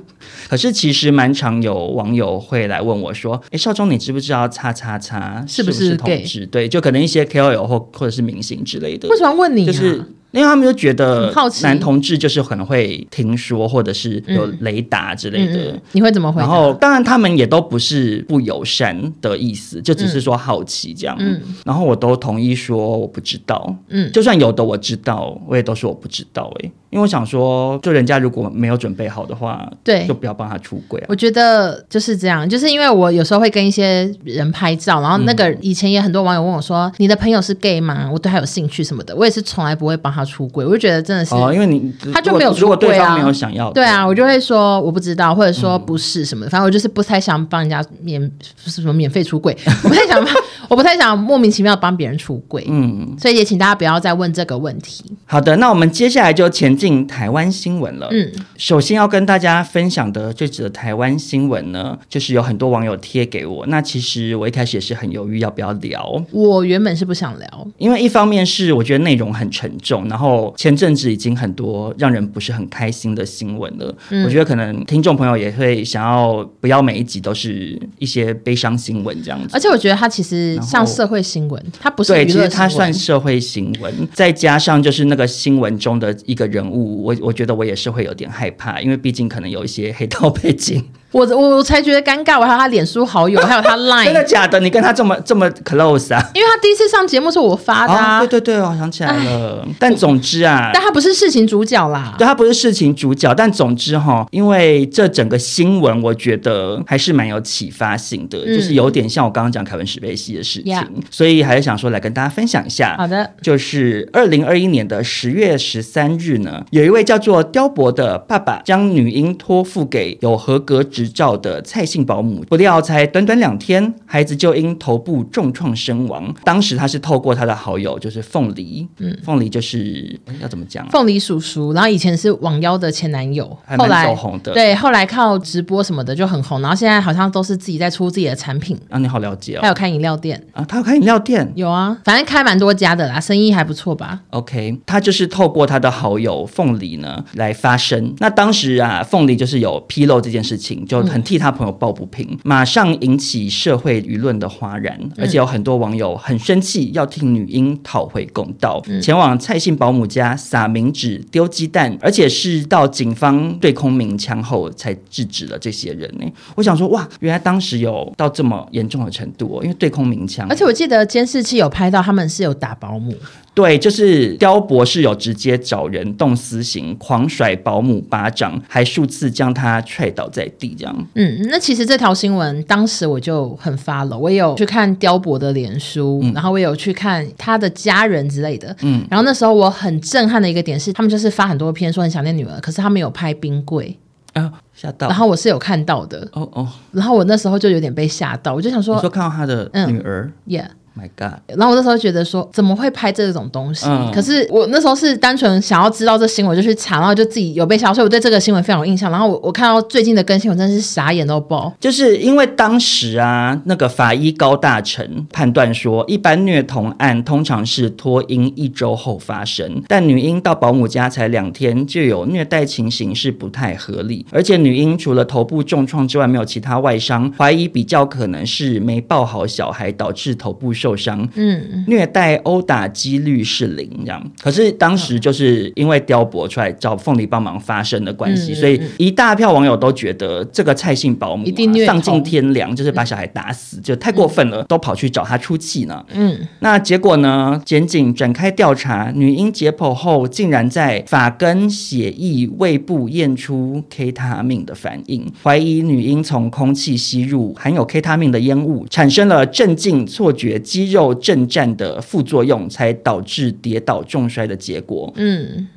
Speaker 3: 可是其实蛮常有网友会来问我说：“哎，少中，你知不知道叉叉叉
Speaker 1: 是不
Speaker 3: 不
Speaker 1: 是
Speaker 3: 是同
Speaker 1: gay？
Speaker 3: 志？”对，就可能一些 KOL 或或者是明星之类的。
Speaker 1: 为什么要问你、啊？
Speaker 3: 就是因为他们就觉得
Speaker 1: 很好奇
Speaker 3: 男同志就是可能会听说，或者是有雷达之类的。
Speaker 1: 嗯嗯，你会怎么回
Speaker 3: 然
Speaker 1: 答？
Speaker 3: 后，当然他们也都不是不友善的意思，就只是说好奇这样。
Speaker 1: 嗯
Speaker 3: 然后我都同意说我不知道，
Speaker 1: 嗯，
Speaker 3: 就算有的我知道，我也都说我不知道、欸，因为我想说，就人家如果没有准备好的话，
Speaker 1: 对
Speaker 3: 就不要帮他出轨啊。
Speaker 1: 我觉得就是这样，就是因为我有时候会跟一些人拍照，然后那
Speaker 3: 嗯
Speaker 1: 个以前也很多网友问我说：“你的朋友是 gay 吗？”我对他有兴趣什么的，我也是从来不会帮他出轨，我就觉得真的是。
Speaker 3: 哦，因为你
Speaker 1: 他就没有
Speaker 3: 如果如果
Speaker 1: 出轨
Speaker 3: 对
Speaker 1: 啊
Speaker 3: 方没有想要的，嗯
Speaker 1: 对啊，我就会说我不知道，或者说不是什么的，反正我就是不太想帮人家免不是什么免费出轨， 我不太想，我不太想莫名其妙帮别人出轨，
Speaker 3: 嗯，
Speaker 1: 所以也请大家不要再问这个问题。
Speaker 3: 好的，那我们接下来就前进台湾新闻了。
Speaker 1: 嗯，
Speaker 3: 首先要跟大家分享的这则台湾新闻呢，就是有很多网友贴给我。那其实我一开始也是很犹豫要不要聊，
Speaker 1: 我原本是不想聊，
Speaker 3: 因为一方面是我觉得内容很沉重，然后前阵子已经很多让人不是很开心的新闻了。
Speaker 1: 嗯
Speaker 3: 我觉得可能听众朋友也会想要不要每一集都是一些悲伤新闻这样子。
Speaker 1: 而且我觉得它其实
Speaker 3: 然后
Speaker 1: 像社会新闻，它哦不是
Speaker 3: 对，
Speaker 1: 娱
Speaker 3: 其
Speaker 1: 乐
Speaker 3: 实它
Speaker 1: 新闻
Speaker 3: 算社会新闻，再加上就是那个新闻中的一个人物，我我觉得我也是会有点害怕，因为毕竟可能有一些黑道背 景。
Speaker 1: 我我我才觉得尴尬，我还有他脸书好友，还有他 Line，
Speaker 3: 真的假的？你跟他这么这么 close 啊？
Speaker 1: 因为他第一次上节目是我发的、啊
Speaker 3: 哦，对对对，我想起来 了。但总之啊，
Speaker 1: 但他不是事情主角啦
Speaker 3: 对，。他不是事情主角，但总之哈，因为这整个新闻，我觉得还是蛮有启发性的，
Speaker 1: 嗯
Speaker 3: 就是有点像我刚刚讲凯文史贝西的事情
Speaker 1: Yeah
Speaker 3: 所以还是想说来跟大家分享一下。
Speaker 1: 好的，
Speaker 3: 就是二零二一年的十月十三日呢，有一位叫做刁伯的爸爸将女婴托付给有合格执照的蔡姓保姆，不料才短短两天，孩子就因头部重创身亡。当时他是透过他的好友，就是凤梨，嗯，凤梨就是哎要怎么讲啊？
Speaker 1: 凤梨叔叔，然后以前是网妖的前男友，
Speaker 3: 还
Speaker 1: 后
Speaker 3: 蛮
Speaker 1: 来
Speaker 3: 走红的
Speaker 1: 对，后来靠直播什么的就很红，然后现在好像都是自己在出自己的产品，
Speaker 3: 啊，你好了解哦。
Speaker 1: 还有开饮料店，
Speaker 3: 啊，他有开饮料店。
Speaker 1: 有啊，反正开蛮多家的啦，生意还不错吧？
Speaker 3: OK，他就是透过他的好友凤梨呢来发声。那当时啊，凤梨就是有披露这件事情，就很替他朋友抱不平，马上引起社会舆论的哗然，而且有很多网友很生气，要替女婴讨回公道，前往蔡姓保姆家撒冥纸、丢鸡蛋，而且是到警方对空鸣枪后才制止了这些人呢、我想说，哇，原来当时有到这么严重的程度、哦，因为对空鸣枪，
Speaker 1: 而且我记得监视器有拍到他们是有打保姆，
Speaker 3: 对，就是刁博士有直接找人动私刑，狂甩保姆巴掌，还数次将他踹倒在地，这样。
Speaker 1: 嗯，那其实这条新闻当时我就很发了，我也有去看刁博的脸书，
Speaker 3: 嗯
Speaker 1: 然后我也有去看他的家人之类的，嗯，然后那时候我很震撼的一个点是，他们就是发很多篇说很想念女儿，可是他们有拍冰柜，
Speaker 3: 啊，吓到。
Speaker 1: 然后我是有看到的，
Speaker 3: 哦哦，
Speaker 1: 然后我那时候就有点被吓到，我就想
Speaker 3: 你
Speaker 1: 说
Speaker 3: 说看到他的
Speaker 1: 嗯
Speaker 3: 女儿、
Speaker 1: ，Yeah。
Speaker 3: m y God，
Speaker 1: 然后我那时候觉得说，怎么会拍这种东西？
Speaker 3: 嗯
Speaker 1: 可是我那时候是单纯想要知道这新闻，就去查，然后就自己有被吓到，所以我对这个新闻非常有印象。然后我我看到最近的更新，我真的是傻眼到爆。
Speaker 3: 就是因为当时啊，那个法医高大成判断说，一般虐童案通常是脱婴一周后发生，但女婴到保姆家才两天就有虐待情形是不太合理，而且女婴除了头部重创之外，没有其他外伤，怀疑比较可能是没抱好小孩导致头部受伤，
Speaker 1: 嗯，
Speaker 3: 虐待殴打几率是零这样。可是当时就是因为刁博出来找凤梨帮忙发声的关系，
Speaker 1: 嗯嗯
Speaker 3: 所以一大票网友都觉得这个蔡姓保姆、
Speaker 1: 一定虐
Speaker 3: 啊、
Speaker 1: 童嗯
Speaker 3: 丧尽天良，就是把小孩打死，就太过分了，都跑去找他出气呢。
Speaker 1: 嗯，
Speaker 3: 那结果呢？检警展开调查，女婴解剖后竟然在发根、血液、胃部验出 K 他命的反应，怀疑女婴从空气吸入含有 K 他命的烟雾，产生了镇静、错觉、肌肉震颤的副作用，才导致跌倒重摔的结果。
Speaker 1: 嗯，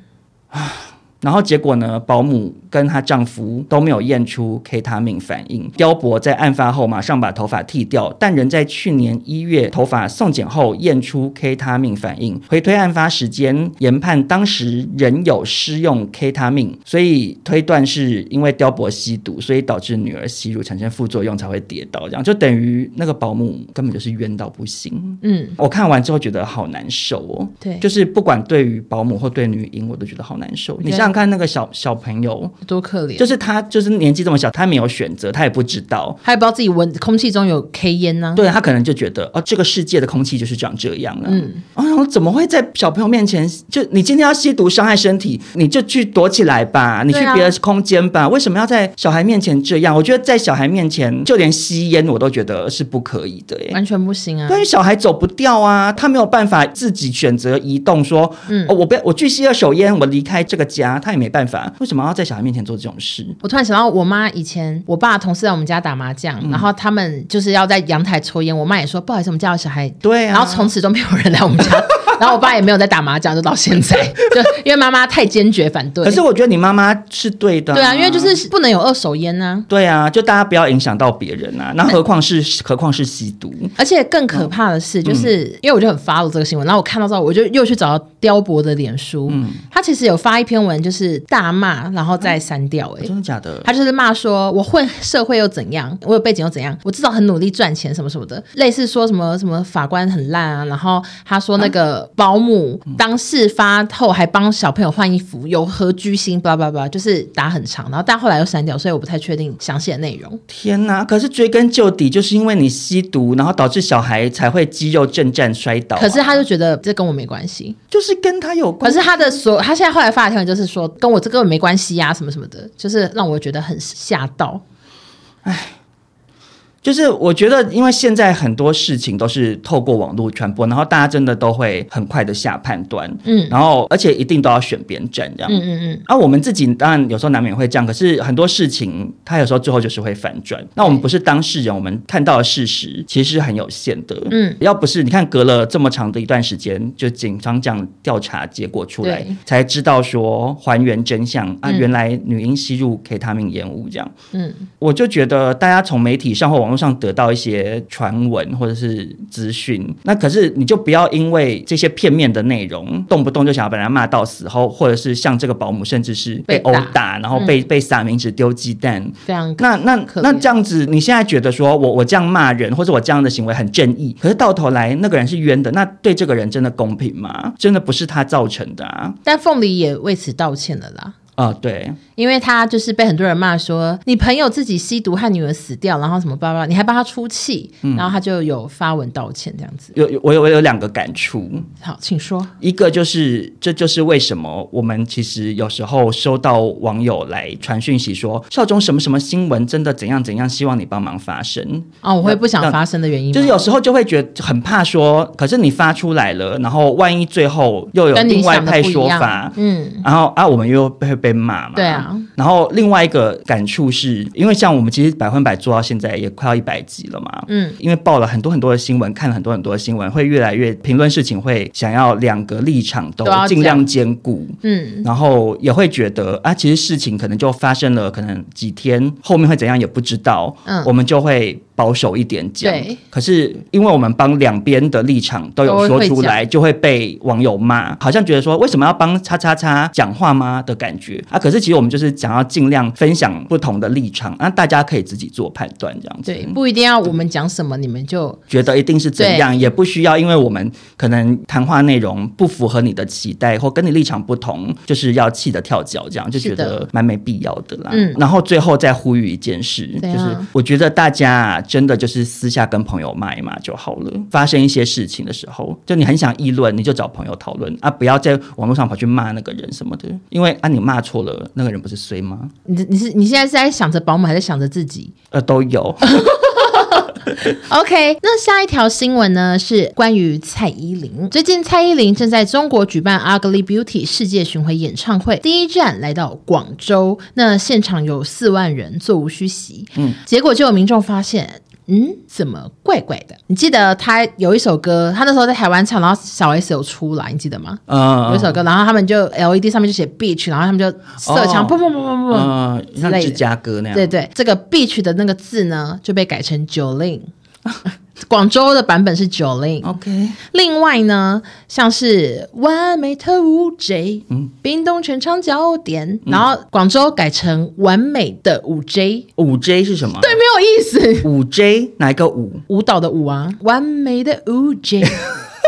Speaker 3: 然后结果呢？保姆跟她丈夫都没有验出 K 他命反应。刁伯在案发后马上把头发剃掉，但仍在去年一月头发送检后验出 K 他命反应。回推案发时间，研判当时仍有施用 K 他命，所以推断是因为刁伯吸毒，所以导致女儿吸入产生副作用才会跌倒。这样就等于那个保姆根本就是冤到不行。
Speaker 1: 嗯，
Speaker 3: 我看完之后觉得好难受哦。
Speaker 1: 对
Speaker 3: 就是不管对于保姆或对女婴，我都觉得好难受。
Speaker 1: 我觉得
Speaker 3: 你想想想看那个小小朋友，
Speaker 1: 多可怜，
Speaker 3: 就是他就是年纪这么小，他没有选择，他也不知道，
Speaker 1: 他也不知道自己闻空气中有 K 啊烟呢、
Speaker 3: 对他可能就觉得哦，这个世界的空气就是长这样了。嗯，哦，然后怎么会在小朋友面前？就你今天要吸毒伤害身体，你就去躲起来吧，你去
Speaker 1: 对啊
Speaker 3: 别的空间吧。为什么要在小孩面前这样？我觉得在小孩面前，就连吸烟我都觉得是不可以的、欸。
Speaker 1: 完全不行啊。
Speaker 3: 对于小孩走不掉啊，他没有办法自己选择移动，说，嗯，哦，我不要，我去吸二手烟，我离开这个家，他也没办法。为什么要在小孩面前做这种事？
Speaker 1: 我突然想到，我妈以前我爸同事来我们家打麻将，
Speaker 3: 嗯
Speaker 1: 然后他们就是要在阳台抽烟，我妈也说不好意思，我们家有小孩。
Speaker 3: 对啊，
Speaker 1: 然后从此都没有人来我们 家，然后我爸也没有在打麻将，就到现在，就因为妈妈太坚决反对。
Speaker 3: 可是我觉得你妈妈是对的、
Speaker 1: 对啊，因为就是不能有二手烟呢、
Speaker 3: 对啊，就大家不要影响到别人啊。那何况是何况是吸毒，
Speaker 1: 而且更可怕的
Speaker 3: 嗯
Speaker 1: 是，就是、因为我就很 follow 这个新闻，然后我看到之后，我就又去找到雕博的脸书，
Speaker 3: 嗯
Speaker 1: 他其实有发一篇文，就是大骂，然后再删掉、欸，
Speaker 3: 真的假的？
Speaker 1: 他就是骂说，我混社会又怎样，我有背景又怎样，我至少很努力赚钱什么什么的，类似说什么什么法官很烂啊，然后他说那个保姆当事发后还帮小朋友换衣服，有何居心？巴拉巴拉巴拉，就是打很长，然后但后来又删掉，所以我不太确定详细的内容。
Speaker 3: 天哪！可是追根究底，就是因为你吸毒，然后导致小孩才会肌肉震颤摔倒啊、
Speaker 1: 可是他就觉得这跟我没关系，
Speaker 3: 就是跟他有关啊
Speaker 1: 可。是他的所他现在后来发的条文就是说跟我这个没关系呀、什么什么的，就是让我觉得很吓到。
Speaker 3: 就是我觉得，因为现在很多事情都是透过网络传播，然后大家真的都会很快的下判断，嗯，然后而且一定都要选边站这样，嗯嗯嗯。啊，我们自己当然有时候难免会这样，可是很多事情它有时候最后就是会反转。那我们不是当事人，我们看到的事实其实是很有限的，
Speaker 1: 嗯。
Speaker 3: 要不是你看隔了这么长的一段时间，就警方这样调查结果出来
Speaker 1: 对，
Speaker 3: 才知道说还原真相啊，原来女婴吸入 K 他命烟雾这样，我就觉得大家从媒体上或网络上得到一些传闻或者是资讯，那可是你就不要因为这些片面的内容，动不动就想要把人家骂到死后，或者是像这个保姆，甚至是被
Speaker 1: 被
Speaker 3: 殴
Speaker 1: 打
Speaker 3: 打，然后被、被撒名纸丢鸡蛋。
Speaker 1: 非常
Speaker 3: 那那
Speaker 1: 可怜
Speaker 3: 那这样子，你现在觉得说我我这样骂人，或者我这样的行为很正义，可是到头来那个人是冤的，那对这个人真的公平吗？真的不是他造成的啊！
Speaker 1: 但凤梨也为此道歉了啦。
Speaker 3: 啊、对，
Speaker 1: 因为他就是被很多人骂说，你朋友自己吸毒害女儿死掉，然后什么巴拉巴拉，你还帮他出气，
Speaker 3: 嗯
Speaker 1: 然后他就有发文道歉这样子。
Speaker 3: 有有我有我有两个感触，
Speaker 1: 好，请说。
Speaker 3: 一个就是，这就是为什么我们其实有时候收到网友来传讯息说，少中什么什么新闻真的怎样怎样，希望你帮忙发声。
Speaker 1: 啊、我会不想发生的原因吗，
Speaker 3: 就是有时候就会觉得很怕说，可是你发出来了，然后万一最后又有
Speaker 1: 跟你
Speaker 3: 另外
Speaker 1: 想的
Speaker 3: 派
Speaker 1: 不一
Speaker 3: 说
Speaker 1: 样
Speaker 3: 法。，
Speaker 1: 嗯，
Speaker 3: 然后啊，我们又会被骂嘛。
Speaker 1: 对啊。
Speaker 3: 然后另外一个感触是，因为像我们其实百分百做到现在也快要一百集了嘛。
Speaker 1: 嗯，
Speaker 3: 因为报了很多很多的新闻，看了很多很多的新闻，会越来越评论事情，会想要两个立场都
Speaker 1: 都要
Speaker 3: 尽量兼顾。
Speaker 1: 嗯，
Speaker 3: 然后也会觉得啊，其实事情可能就发生了，可能几天后面会怎样也不知道，
Speaker 1: 嗯
Speaker 3: 我们就会保守一点讲
Speaker 1: 对。
Speaker 3: 可是因为我们帮两边的立场都有
Speaker 1: 都
Speaker 3: 说
Speaker 1: 会
Speaker 3: 出来，就会被网友骂，好像觉得说为什么要帮叉叉叉讲话吗的感觉啊？可是其实我们就是想要尽量分享不同的立场，那、大家可以自己做判断这样子。
Speaker 1: 对，不一定要我们讲什么，你们就
Speaker 3: 觉得一定是怎样，也不需要，因为我们可能谈话内容不符合你的期待，或跟你立场不同，就是要气得跳脚，这样就觉
Speaker 1: 是
Speaker 3: 得
Speaker 1: 的
Speaker 3: 蛮没必要的啦。
Speaker 1: 嗯啊
Speaker 3: 然后最后再呼吁一件事，
Speaker 1: 怎
Speaker 3: 就
Speaker 1: 样
Speaker 3: 是我觉得大家啊真的就是私下跟朋友骂一骂就好了。发生一些事情的时候，就你很想议论，你就找朋友讨论啊，不要在网络上跑去骂那个人什么的，因为啊你骂错了，那个人不是衰吗？
Speaker 1: 你你是你现在是在想着保姆，还是想着自己？
Speaker 3: 呃，都有。
Speaker 1: OK，那下一条新闻呢是关于蔡依林。最近蔡依林正在中国举办 Ugly Beauty 世界巡回演唱会，第一站来到广州，那现场有四万人，座无虚席。嗯，结果就有民众发现。嗯，怎么怪怪的？你记得她有一首歌，她那时候在台湾唱，然后小 S 有出来，你记得吗？
Speaker 3: 嗯
Speaker 1: 有一首歌，然后他们就 LED 上面就写 beach，然后他们就射
Speaker 3: 哦
Speaker 1: 枪，砰砰砰砰砰，
Speaker 3: 嗯，像
Speaker 1: 之类的
Speaker 3: 芝加哥那样。
Speaker 1: 对对，这个 beach 的那个字呢，就被改成 Jolin。广州的版本是 Jolin，、
Speaker 3: OK。
Speaker 1: 另外呢，像是完美特务 J，冰
Speaker 3: 嗯
Speaker 1: 冻全场焦点，然后广州改成完美的五 J，
Speaker 3: 五 J 是什么？
Speaker 1: 对，没有意思，
Speaker 3: 五 J 哪一个五？
Speaker 1: 舞蹈的舞啊，完美的五 J，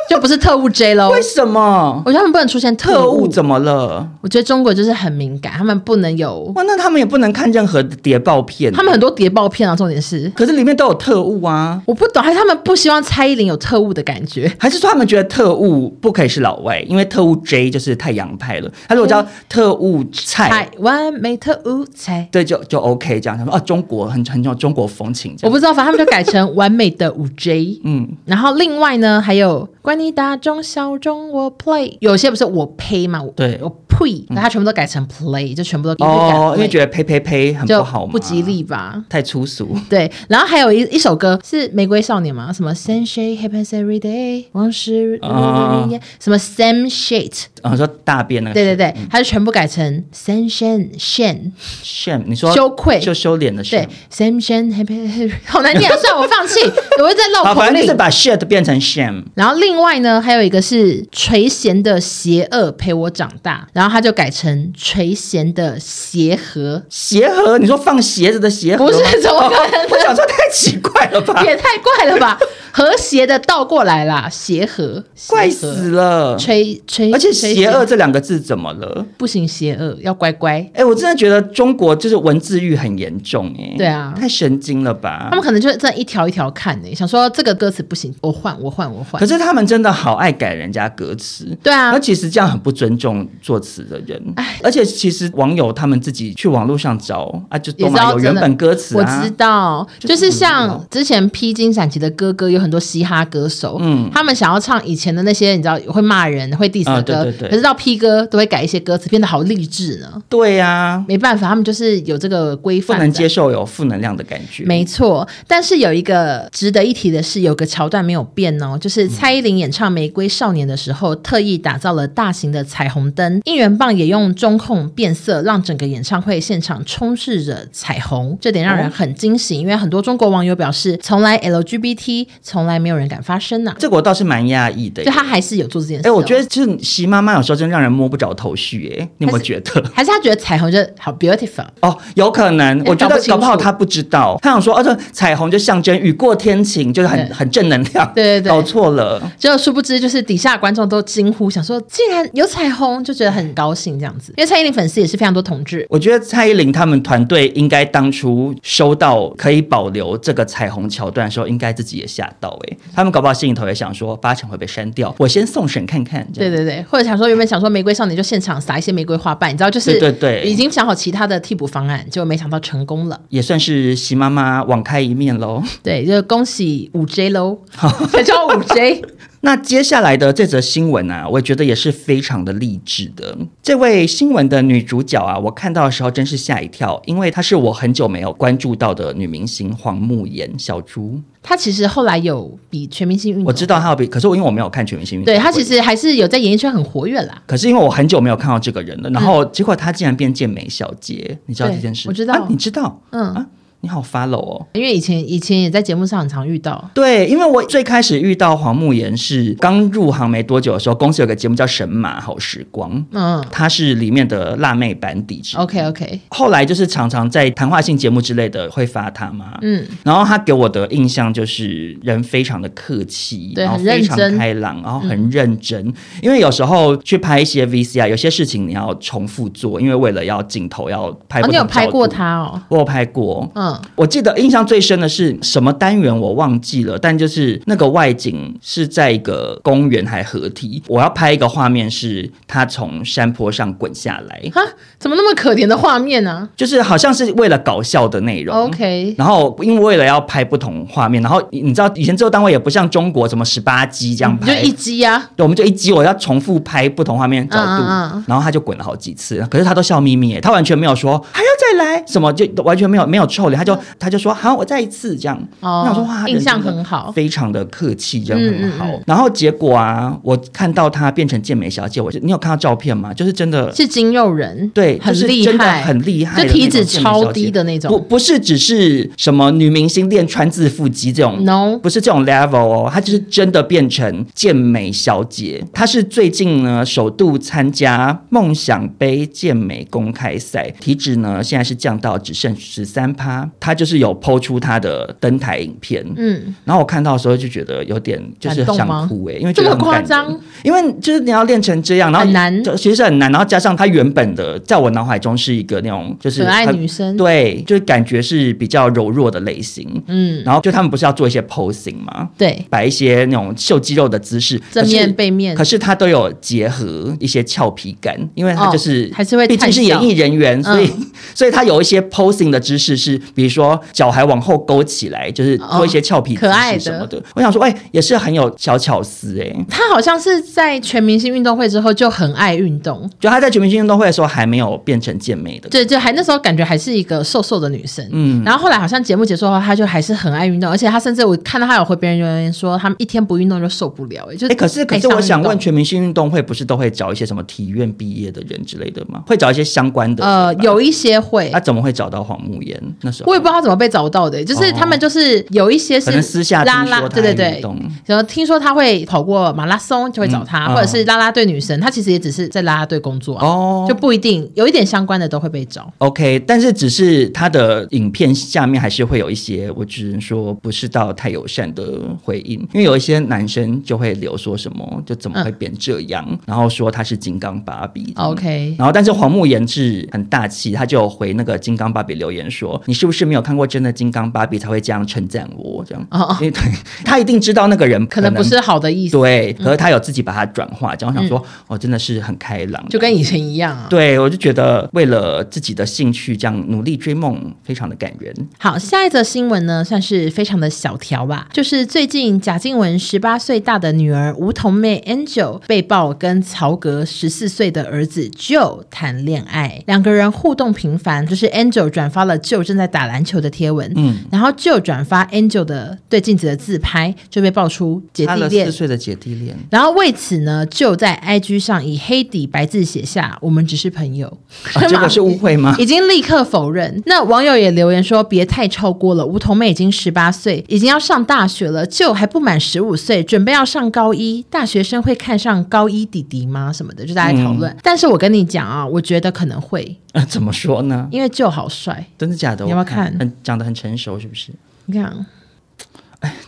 Speaker 1: 就不是特务 J 喽。
Speaker 3: 为什么
Speaker 1: 我觉得他们不能出现特
Speaker 3: 特
Speaker 1: 务
Speaker 3: 务，怎么了？
Speaker 1: 我觉得中国就是很敏感，他们不能有，
Speaker 3: 哇，那他们也不能看任何的谍报片，
Speaker 1: 他们很多谍报片啊，重点是
Speaker 3: 可是里面都有特务啊，
Speaker 1: 我不懂，还是他们不希望蔡依林有特务的感觉。
Speaker 3: 还是说他们觉得特务不可以是老外，因为特务 J 就是太洋派了，他如果
Speaker 1: 嗯
Speaker 3: 叫特务蔡
Speaker 1: 台。湾没特务才。
Speaker 3: 对，就就 OK 这样。他说啊，中国很很有中国风情这
Speaker 1: 我
Speaker 3: 样。
Speaker 1: 不知道，反正他们就改成完美的五 J。
Speaker 3: 嗯，
Speaker 1: 然后另外呢，还有关你打中小中我 play，有些不是我 pay 嘛，我
Speaker 3: 对
Speaker 1: 我 play，那他全部都改成 play，就全部都
Speaker 3: 哦，因为觉
Speaker 1: 得
Speaker 3: 得呸呸呸很不
Speaker 1: 就
Speaker 3: 好嘛，
Speaker 1: 不吉，利吧。
Speaker 3: 太粗俗。
Speaker 1: 对，然后还有一一首歌是《玫瑰少年》嘛，什么 Sunshine happens every day，往事如
Speaker 3: 啊
Speaker 1: 烟什么 Sam Shit，
Speaker 3: 啊，说大便那个，
Speaker 1: 对对，对，他就全部改成 Sunshine Shen，
Speaker 3: shame，你说
Speaker 1: 羞愧
Speaker 3: 就羞脸的 shame
Speaker 1: 对。，Sunshine happens，好难念啊，算了，我放弃，我会再绕
Speaker 3: 好，
Speaker 1: 哦口
Speaker 3: 反正就
Speaker 1: 令
Speaker 3: 是。把 shit 变成 shame。
Speaker 1: 然后另外呢，还有一个是垂涎的邪恶陪我长大，然后他就改成垂涎的鞋盒，
Speaker 3: 鞋盒，你说放鞋子的鞋盒吗？
Speaker 1: 不是怎么可能
Speaker 3: 哦我想说太奇怪了 吧，
Speaker 1: 也太怪了吧！和谐的倒过来啦，鞋盒，
Speaker 3: 怪
Speaker 1: 鞋盒
Speaker 3: 死了。
Speaker 1: 垂垂，
Speaker 3: 而且“
Speaker 1: 垂涎
Speaker 3: 邪恶”这两个字怎么了？
Speaker 1: 不行，邪恶要乖乖。
Speaker 3: 哎、我真的觉得中国就是文字狱很严重哎、
Speaker 1: 对啊
Speaker 3: 太神经了吧
Speaker 1: 他？们可能就是这样一条一条看呢、想说这个歌词不行，我换，我换，我换
Speaker 3: 可。是他们真的好爱改人家歌词。
Speaker 1: 对啊
Speaker 3: 那，其实这样很不尊重作词的人，而且其实网友他们自己去网络上找啊，就
Speaker 1: 也
Speaker 3: 都
Speaker 1: 知
Speaker 3: 嘛
Speaker 1: 道
Speaker 3: 有
Speaker 1: 真
Speaker 3: 原
Speaker 1: 的
Speaker 3: 本歌词
Speaker 1: 我
Speaker 3: 啊嗯
Speaker 1: 知，道，
Speaker 3: 就是
Speaker 1: 就是
Speaker 3: 很无
Speaker 1: 像
Speaker 3: 聊
Speaker 1: 之前披荆斩棘的哥哥，有很多嘻哈歌手，
Speaker 3: 嗯
Speaker 1: 他们想要唱以前的那些，你知道会骂人、会 diss
Speaker 3: 啊
Speaker 1: 的歌，
Speaker 3: 对对对
Speaker 1: 可是到 P 哥都会改一些歌词，变得好励志呢。
Speaker 3: 对呀、啊，
Speaker 1: 没办法，他们就是有这个规
Speaker 3: 不
Speaker 1: 范，
Speaker 3: 能接。受有负能量的感觉。
Speaker 1: 没错，但是有一个值得一提的是，有个桥段没有变哦，
Speaker 3: 嗯
Speaker 1: 就是蔡依林演唱《玫瑰少年》的时候，特意打造了大型的彩虹灯，应援棒也用中控变色，让整个演唱会现场充斥着彩虹，这点让
Speaker 3: 哦
Speaker 1: 人很惊喜，因为很多中国网友表示，从来 LGBT 从来没有人敢发声呐、
Speaker 3: 这个我倒是蛮讶异的耶。
Speaker 1: 就他还是有做这件事、
Speaker 3: 哎、
Speaker 1: 哦。
Speaker 3: 我觉得就是习妈妈有时候真让人摸不着头绪，哎，你有没有觉得？
Speaker 1: 还是他觉得彩虹就是好 beautiful，
Speaker 3: 哦，有可能，我觉
Speaker 1: 搞
Speaker 3: 得
Speaker 1: 不清
Speaker 3: 搞不好
Speaker 1: 楚
Speaker 3: 他不知道，他想说，哦，这彩虹就象征雨过天晴，就是很
Speaker 1: 对
Speaker 3: 很正能量。
Speaker 1: 对对对
Speaker 3: 搞错了。
Speaker 1: 就殊不知，就是底下观众都惊呼，想说竟然有彩虹，就觉得很高兴这样子。因为蔡依林粉丝也是非常多同志，
Speaker 3: 我觉得蔡依林他们团队应该当初收到可以保留这个彩虹桥段的时候，应该自己也吓到哎、他们搞不好心里头也想说，八成会被删掉，我先送审看看。这
Speaker 1: 对
Speaker 3: 样，
Speaker 1: 对对，或者想说原本想说玫瑰少年就现场撒一些玫瑰花瓣，你知道就是
Speaker 3: 对对对
Speaker 1: 已经想好其他的替补方案，结果没想到成功了。
Speaker 3: 也算是习妈妈网开一面喽。
Speaker 1: 对，就恭喜五 J 喽， 谁叫五 J？
Speaker 3: 那接下来的这则新闻啊，我觉得也是非常的励志的。这位新闻的女主角啊，我看到的时候真是吓一跳，因为她是我很久没有关注到的女明星黄慕妍小猪。
Speaker 1: 他其实后来有比全明星运动，
Speaker 3: 我知道她有比，可是我因为我没有看全明星运动
Speaker 1: 对
Speaker 3: 会，
Speaker 1: 他其实还是有在演艺圈很活跃啦。
Speaker 3: 可是因为我很久没有看到这个人了，然后结果她竟然变健美小姐，你知道这件事？
Speaker 1: 对我知道
Speaker 3: 啊，你知道？
Speaker 1: 嗯
Speaker 3: 啊，你好 follow 哦。
Speaker 1: 因为以前以前也在节目上很常遇到，
Speaker 3: 对，因为我最开始遇到黄慕妍是刚入行没多久的时候，公司有个节目叫《神马好时光》，
Speaker 1: 嗯
Speaker 3: 她是里面的辣妹班底之一。
Speaker 1: ，OK OK，
Speaker 3: 后来就是常常在谈话性节目之类的会发她嘛。
Speaker 1: 嗯，
Speaker 3: 然后她给我的印象就是人非常的客气，
Speaker 1: 对
Speaker 3: 然后
Speaker 1: 很认
Speaker 3: 非常
Speaker 1: 真嗯
Speaker 3: 开朗，然后很认真。因为有时候去拍一些 VCR，有些事情你要重复做，因为为了要镜头要拍不同角
Speaker 1: 哦，
Speaker 3: 度、
Speaker 1: 你有拍过他哦，
Speaker 3: 我有拍过，
Speaker 1: 嗯，
Speaker 3: 我记得印象最深的是什么单元我忘记了，但就是那个外景是在一个公园还合体，我要拍一个画面是他从山坡上滚下来，
Speaker 1: 哈，怎么那么可怜的画面呢、
Speaker 3: 就是好像是为了搞笑的内容。
Speaker 1: 哦 OK
Speaker 3: 然后因为为了要拍不同画面，然后你你知道以前制作单位也不像中国什么十八机这样
Speaker 1: 嗯你就
Speaker 3: 拍。
Speaker 1: 一击啊呀、
Speaker 3: 对，我们就一集我要重复拍不同画面角度，
Speaker 1: 嗯嗯嗯
Speaker 3: 然后他就滚了好几次，可是他都笑眯眯耶，他完全没有说还要再来什么，就完全没有没有臭脸，他就他就说好，我再一次这样。
Speaker 1: 嗯哦
Speaker 3: 那我说哇，
Speaker 1: 印象
Speaker 3: 人真的
Speaker 1: 很好
Speaker 3: 非常的客气，人很好。
Speaker 1: 嗯嗯
Speaker 3: 然后结果啊，我看到他变成健美小姐，我就你有看到照片吗？就是真的。
Speaker 1: 是金肉人，
Speaker 3: 对，
Speaker 1: 很
Speaker 3: 就是
Speaker 1: 厉
Speaker 3: 真的
Speaker 1: 害，
Speaker 3: 很厉害的
Speaker 1: 就
Speaker 3: 那种
Speaker 1: 体
Speaker 3: 健美小
Speaker 1: 脂
Speaker 3: 姐，
Speaker 1: 超低的那种，
Speaker 3: 不不是只是什么女明星练川字腹肌这种
Speaker 1: No
Speaker 3: 不是这种 level 哦，她就是真的变成健美小姐。她是最近呢首度参加梦想杯健美公开赛，体脂呢现在是降到只剩十三趴，他就是有抛出他的登台影片，
Speaker 1: 嗯，
Speaker 3: 然后我看到的时候就觉得有点就是
Speaker 1: 感动吗
Speaker 3: 想哭哎、因为
Speaker 1: 这
Speaker 3: 觉得很
Speaker 1: 么夸
Speaker 3: 感人
Speaker 1: 张，
Speaker 3: 因为就是你要练成这样，然后
Speaker 1: 很难
Speaker 3: 就其实很难，然后加上他原本的在我脑海中是一个那种就是
Speaker 1: 可爱
Speaker 3: 很
Speaker 1: 女生，
Speaker 3: 对，就是感觉是比较柔弱的类型，
Speaker 1: 嗯，
Speaker 3: 然后就他们不是要做一些 posing 吗？
Speaker 1: 对，
Speaker 3: 摆一些那种秀肌肉的姿势，
Speaker 1: 正
Speaker 3: 可
Speaker 1: 面
Speaker 3: 是
Speaker 1: 背面
Speaker 3: 可，是他都有结合一些俏皮感，因为他就是、
Speaker 1: 哦还是会
Speaker 3: 毕竟是
Speaker 1: 探嗯
Speaker 3: 演
Speaker 1: 笑
Speaker 3: 艺人员，所以、 所以他有一些 posing 的姿势是，比如说脚还往后勾起来，就是做一些俏皮
Speaker 1: 哦
Speaker 3: 姿
Speaker 1: 可爱
Speaker 3: 势
Speaker 1: 的
Speaker 3: 什么的。我想说，哎、也是很有小巧思哎、
Speaker 1: 他好像是在全明星运动会之后就很爱运动，
Speaker 3: 就他在全明星运动会的时候还没有变成健美的，
Speaker 1: 对，就还那时候感觉还是一个瘦瘦的女生，
Speaker 3: 嗯
Speaker 1: 然后后来好像节目结束后，她就还是很爱运动，而且她甚至我看到她有回别人留言说，他们一天不运动就受不了、欸，就
Speaker 3: 哎、可是可
Speaker 1: 爱
Speaker 3: 是
Speaker 1: 上
Speaker 3: 我想
Speaker 1: 运动
Speaker 3: 问，全明星运动会不是都会找一些什么体院毕业的人之类的吗？会找一些相关的
Speaker 1: 呃，
Speaker 3: 人吧啊
Speaker 1: 有一些会，
Speaker 3: 他、怎么会找到黄慕言那时候？
Speaker 1: 我也不知道他怎么被找到的、欸就是
Speaker 3: 哦
Speaker 1: 他们就是有一些
Speaker 3: 可
Speaker 1: 是
Speaker 3: 能私下
Speaker 1: 拉
Speaker 3: 听
Speaker 1: 拉，
Speaker 3: 说
Speaker 1: 对
Speaker 3: 他
Speaker 1: 对
Speaker 3: 还
Speaker 1: 对
Speaker 3: 运。动。
Speaker 1: 然后听说他会跑过马拉松，就会找他，
Speaker 3: 嗯
Speaker 1: 或者是啦啦队女神，她其实也只是在啦啦队工作、啊，
Speaker 3: 哦
Speaker 1: 就不一定有一点相关的都会被找。
Speaker 3: OK，但是只是他的影片下面还是会有一些，我只能说不是到太友善的回应，因为有一些男生就会留说什么，就怎
Speaker 1: 嗯
Speaker 3: 么会变这样，然后说他是金刚芭比。
Speaker 1: OK，
Speaker 3: 然后，但是黄慕言是很大气，他就有回那个金刚芭比留言说：“你是不是没有看过真的金刚芭比才会这样称赞我？这样，
Speaker 1: 哦哦
Speaker 3: 因为对他一定知道那个人
Speaker 1: 可能不是好的意思，嗯
Speaker 3: 对，可是他有自己把它转化。这样、我想说，哦，真的是很开朗，
Speaker 1: 就跟以前一样啊。
Speaker 3: 对，我就觉得为了自己的兴趣这样努力追梦，非常的感人。
Speaker 1: 好，下一则新闻呢，算是非常的小条吧，就是最近贾静雯十八岁大的女儿梧桐妹 Angel 被曝跟曹格十四岁的儿子 Joe 谈恋爱，两个人互动频繁，就是 Angel 转发了 Joe 正在打篮球的贴文，嗯，然后 Joe 转发 Angel 的对镜子的自拍，就被爆出姐
Speaker 3: 他
Speaker 1: 弟
Speaker 3: 的
Speaker 1: 恋
Speaker 3: 四。岁的姐弟 恋，
Speaker 1: 然后为此呢，就在 IG 上以黑底白字写下“我们只是朋友”，
Speaker 3: 啊、这个是误会 吗？
Speaker 1: 已经立刻否认。那网友也留言说：“别太超过了，梧桐妹已经十八岁，已经要上大学了，就还不满十五岁，准备要上高一，大学生会看上高一弟弟吗？什么的，就大家讨
Speaker 3: 嗯
Speaker 1: 论。但是我跟你讲啊，我觉得可能会，
Speaker 3: 啊， 怎么说呢？
Speaker 1: 因为就好帅，
Speaker 3: 真的假的？
Speaker 1: 你要
Speaker 3: 我
Speaker 1: 不要看
Speaker 3: 很长得很成熟，是不是？
Speaker 1: 你看，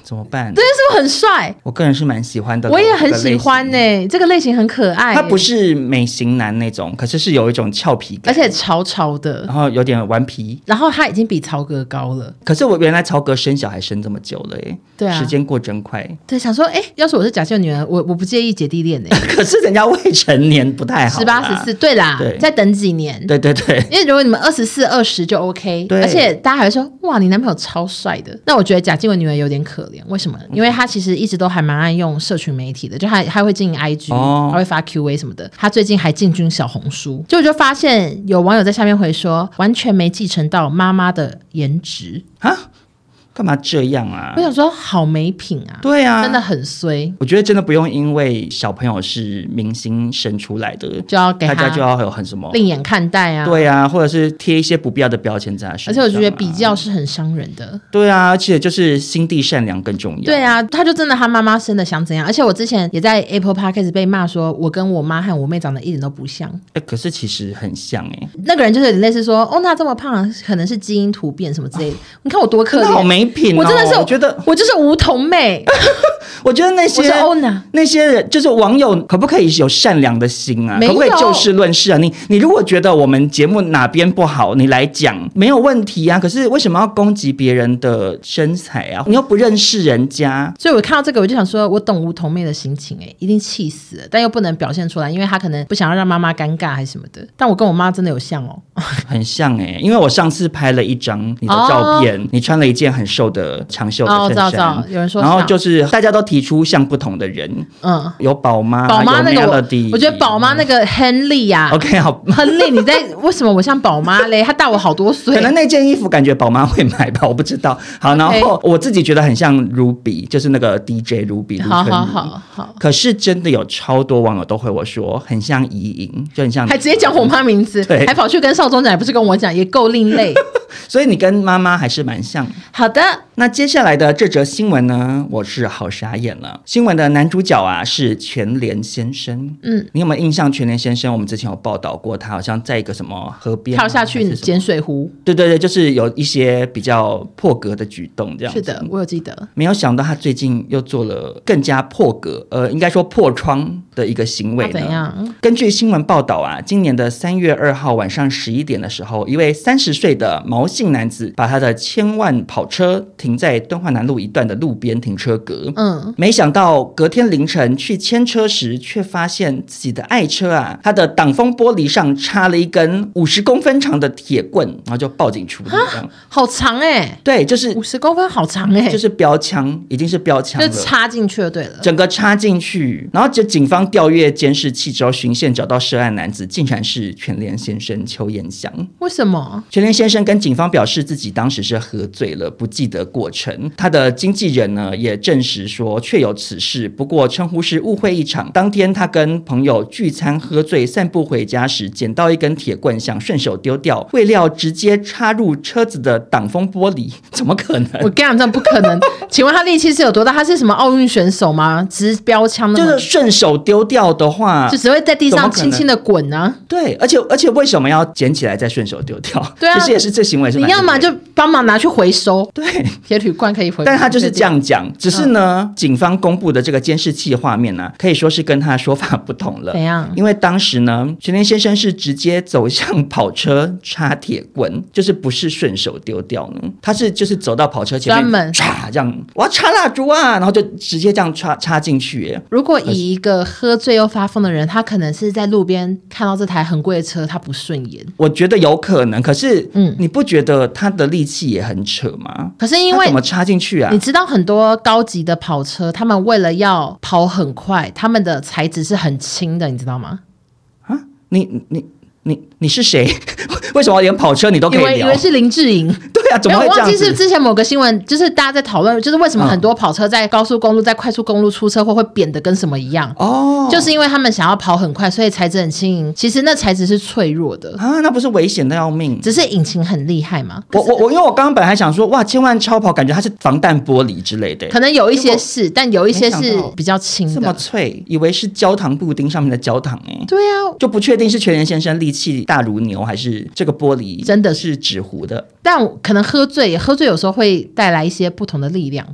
Speaker 3: 怎么办？
Speaker 1: 但是我很帅，
Speaker 3: 我个人是蛮喜欢的，
Speaker 1: 我也很喜欢呢、
Speaker 3: 呢、
Speaker 1: 这个类型很可爱、
Speaker 3: 他不，是美型男那种，可是是有一种俏皮
Speaker 1: 而
Speaker 3: 感，
Speaker 1: 且潮潮的
Speaker 3: 然。”后有点顽皮。
Speaker 1: 然后他已经比曹格高了，
Speaker 3: 可是我原来曹格生小孩生这么久了、欸，
Speaker 1: 对啊
Speaker 3: 时间过真快。
Speaker 1: 对，想说，哎，要是我是贾秀女儿，我我不介意姐弟恋呢、
Speaker 3: 可是人家未成年不太好，
Speaker 1: 十八十四，，对啦，
Speaker 3: 对
Speaker 1: 再等几年，
Speaker 3: 对对对，
Speaker 1: 因为如果你们二十四、二十就 OK，
Speaker 3: 对
Speaker 1: 而且大家还会说哇，你男朋友超帅的。那我觉得贾静雯女儿有点可怜，为什么？
Speaker 3: 嗯
Speaker 1: 因为她其实一直都还蛮爱用社群媒体的，就她她会经营 IG，、
Speaker 3: 哦
Speaker 1: 她会发 QA 什么的。她最近还进军小红书，结果就发现有网友在下面回说，完全没继承到妈妈的颜值。
Speaker 3: 啊，干嘛这样啊
Speaker 1: 我？想说，好没品啊，
Speaker 3: 对啊，
Speaker 1: 真的很衰，
Speaker 3: 我觉得真的不用因为小朋友是明星生出来的，
Speaker 1: 就要给
Speaker 3: 大家
Speaker 1: 她
Speaker 3: 就要有很什么。
Speaker 1: 另眼看待啊。
Speaker 3: 对啊，或者是贴一些不必要的标签在他身上
Speaker 1: 而且
Speaker 3: 啊、
Speaker 1: 我觉得比较是很伤人的。
Speaker 3: 对啊，而且就是心地善良更重要。
Speaker 1: 对，啊，他就真的他妈妈生的想怎样？而且我之前也在 Apple Podcast 被骂说，我跟我妈和我妹长得一点都不像。
Speaker 3: 哎、可是其实很像哎、
Speaker 1: 那个人就是有点类似说，哦，那这么胖，可能是基因突变什么之类的。你看我多可
Speaker 3: 真的好
Speaker 1: 怜，
Speaker 3: 没品、哦，
Speaker 1: 我真的是，
Speaker 3: 我觉得，
Speaker 1: 我就是梧桐妹，
Speaker 3: 我觉得那些
Speaker 1: 我是哦欧娜。
Speaker 3: 那些人就是网友，可不可以有善良的心啊？
Speaker 1: 没有
Speaker 3: 可不可以就事论事啊？你你如果觉得我们节目哪边不好，你来讲没有问题啊。可是为什么要攻击别人的身材啊？你又不认识人家，
Speaker 1: 所以我看到这个，我就想说，我懂梧桐妹的心情、欸，哎，一定气死了，但又不能表现出来，因为她可能不想要让妈妈尴尬还是什么的。但我跟我妈真的有像哦，
Speaker 3: 很像哎、因为我上次拍了一张你的照片，你穿了一件很瘦的长袖
Speaker 1: 哦
Speaker 3: 的
Speaker 1: 知
Speaker 3: 衬
Speaker 1: 道知
Speaker 3: 衫，
Speaker 1: 道有人说
Speaker 3: 然后
Speaker 1: 像
Speaker 3: 就是大家都提出像不同的人，
Speaker 1: 嗯，
Speaker 3: 有宝妈，
Speaker 1: 宝
Speaker 3: 啊
Speaker 1: 妈
Speaker 3: 有
Speaker 1: 那个我
Speaker 3: Melody，，
Speaker 1: 我觉得宝妈那个亨 利呀、
Speaker 3: OK 好。
Speaker 1: 亨利，你在为什么我像宝妈嘞？她大我好多岁，
Speaker 3: 可能那件衣服感觉宝妈会买吧，我不知道。 好，然后我自己觉得很像 Ruby，就是那个 DJ Ruby
Speaker 1: 好
Speaker 3: 卢春
Speaker 1: 好
Speaker 3: 雨
Speaker 1: 好好，
Speaker 3: 可是真的有超多网友都回我说，很像怡莹，就很像。
Speaker 1: 还直接讲我妈名字，
Speaker 3: 对
Speaker 1: 还跑去跟邵宗讲，也不是跟我讲，也够另类。
Speaker 3: 所以你跟妈妈还是蛮像。
Speaker 1: 好的，
Speaker 3: 那接下来的这则新闻呢，我是好傻眼了。新闻的男主角啊是全联先生，
Speaker 1: 嗯，
Speaker 3: 你有没有印象？全联先生，我们之前有报道过，他好像在一个什么河边啊
Speaker 1: 跳下
Speaker 3: 还
Speaker 1: 去
Speaker 3: 是什么
Speaker 1: 捡水壶。
Speaker 3: 对对对，就是有一些比较破格的举动，这样
Speaker 1: 是
Speaker 3: 子
Speaker 1: 的，我有记得。
Speaker 3: 没有想到他最近又做了更加破格，呃，应该说破窗的一个行为
Speaker 1: 他
Speaker 3: 呢。
Speaker 1: 啊怎样？
Speaker 3: 根据新闻报道啊，今年的三月二号晚上十一点的时候，一位三十岁的毛姓男子把他的千万跑车停在敦化南路一段的路边停车格。
Speaker 1: 嗯，
Speaker 3: 没想到隔天凌晨去牵车时，却发现自己的爱车啊，它的挡风玻璃上插了一根五十公分长的铁棍，然后就报警处理。这样
Speaker 1: 好长哎、
Speaker 3: 对，就是
Speaker 1: 5五十公分好长哎、
Speaker 3: 就是标枪，已经是标枪
Speaker 1: 就
Speaker 3: 了。
Speaker 1: 插进去了，对了。
Speaker 3: 整个插进去，然后就警方调阅监视器之后，循线找到涉案男子，竟然是全联先生邱延祥。
Speaker 1: 为什么？
Speaker 3: 全联先生跟警方表示自己当时是喝醉了，不记得过程。他的经纪人呢也证实说确有此事，不过称呼是误会一场。当天他跟朋友聚餐喝醉，散步回家时捡到一根铁棍，想顺手丢掉，未料直接插入车子的挡风玻璃，怎么可能？
Speaker 1: 我跟你讲，这不 可能。请问他力气是有多大？他是什么奥运选手吗？直标枪的
Speaker 3: 就
Speaker 1: 吗？
Speaker 3: 是顺手丢掉的话，
Speaker 1: 就只会在地
Speaker 3: 怎
Speaker 1: 上
Speaker 3: 么可能
Speaker 1: 轻轻的滚啊！
Speaker 3: 对，而且而且为什么要捡起来再顺手丢掉？
Speaker 1: 对啊
Speaker 3: 其实也是这行为是
Speaker 1: 你
Speaker 3: 蛮
Speaker 1: 要么
Speaker 3: 不对
Speaker 1: 就帮忙拿去回收，
Speaker 3: 对。
Speaker 1: 铁铝罐可以回收。
Speaker 3: 但他就是这样讲，只是呢，警方公布的这个监视器画面呢、可以说是跟他说法不同了
Speaker 1: 怎。样？
Speaker 3: 因为当时呢，全天先生是直接走向跑车插铁棍，就是不是顺手丢掉呢，他是就是走到跑车前面，
Speaker 1: 专门
Speaker 3: 插这样，我要插蜡烛啊，然后就直接这样插插进去耶。
Speaker 1: 如果以一个喝醉又发疯的人，他可能是在路边看到这台很贵的车，他不顺眼。
Speaker 3: 我觉得有可能，可是，
Speaker 1: 嗯
Speaker 3: 嗯，你不觉得他的力气也很扯吗？
Speaker 1: 可是因
Speaker 3: 他
Speaker 1: 为
Speaker 3: 怎么插进去啊？
Speaker 1: 你知道很多高级的跑车，他们为了要跑很快，他们的材质是很轻的，你知道吗？
Speaker 3: 啊，你你你你是谁？ 为什么连跑车你都可
Speaker 1: 以为
Speaker 3: 以
Speaker 1: 以
Speaker 3: 聊
Speaker 1: 为？是林志颖，
Speaker 3: 对啊，怎
Speaker 1: 没
Speaker 3: 么
Speaker 1: 有，
Speaker 3: 会
Speaker 1: 我
Speaker 3: 这
Speaker 1: 忘
Speaker 3: 样
Speaker 1: 记是
Speaker 3: 子？
Speaker 1: 之前某个新闻，就是大家在讨论，就是为什么
Speaker 3: 嗯
Speaker 1: 很多跑车在高速公路、在快速公路出车祸会扁的跟什么一样。
Speaker 3: 哦，
Speaker 1: 就是因为他们想要跑很快，所以材质很轻盈。其实那材质是脆弱的，
Speaker 3: 啊，那不是危险的要命。
Speaker 1: 只是引擎很厉害嘛。
Speaker 3: 我我我，因为我刚刚本来还想说，哇，千万超跑，感觉它是防弹玻璃之类的，
Speaker 1: 可能有一些是，但有一些
Speaker 3: 没
Speaker 1: 是
Speaker 3: 想到
Speaker 1: 比较轻
Speaker 3: 这么
Speaker 1: 的。
Speaker 3: 脆，以为是焦糖布丁上面的焦糖哎、
Speaker 1: 对啊，
Speaker 3: 就不确定是全员先生力气大如牛，还是这个玻璃
Speaker 1: 真的
Speaker 3: 是纸糊的。
Speaker 1: 但我可能喝醉，喝醉有时候会带来一些不同的力量。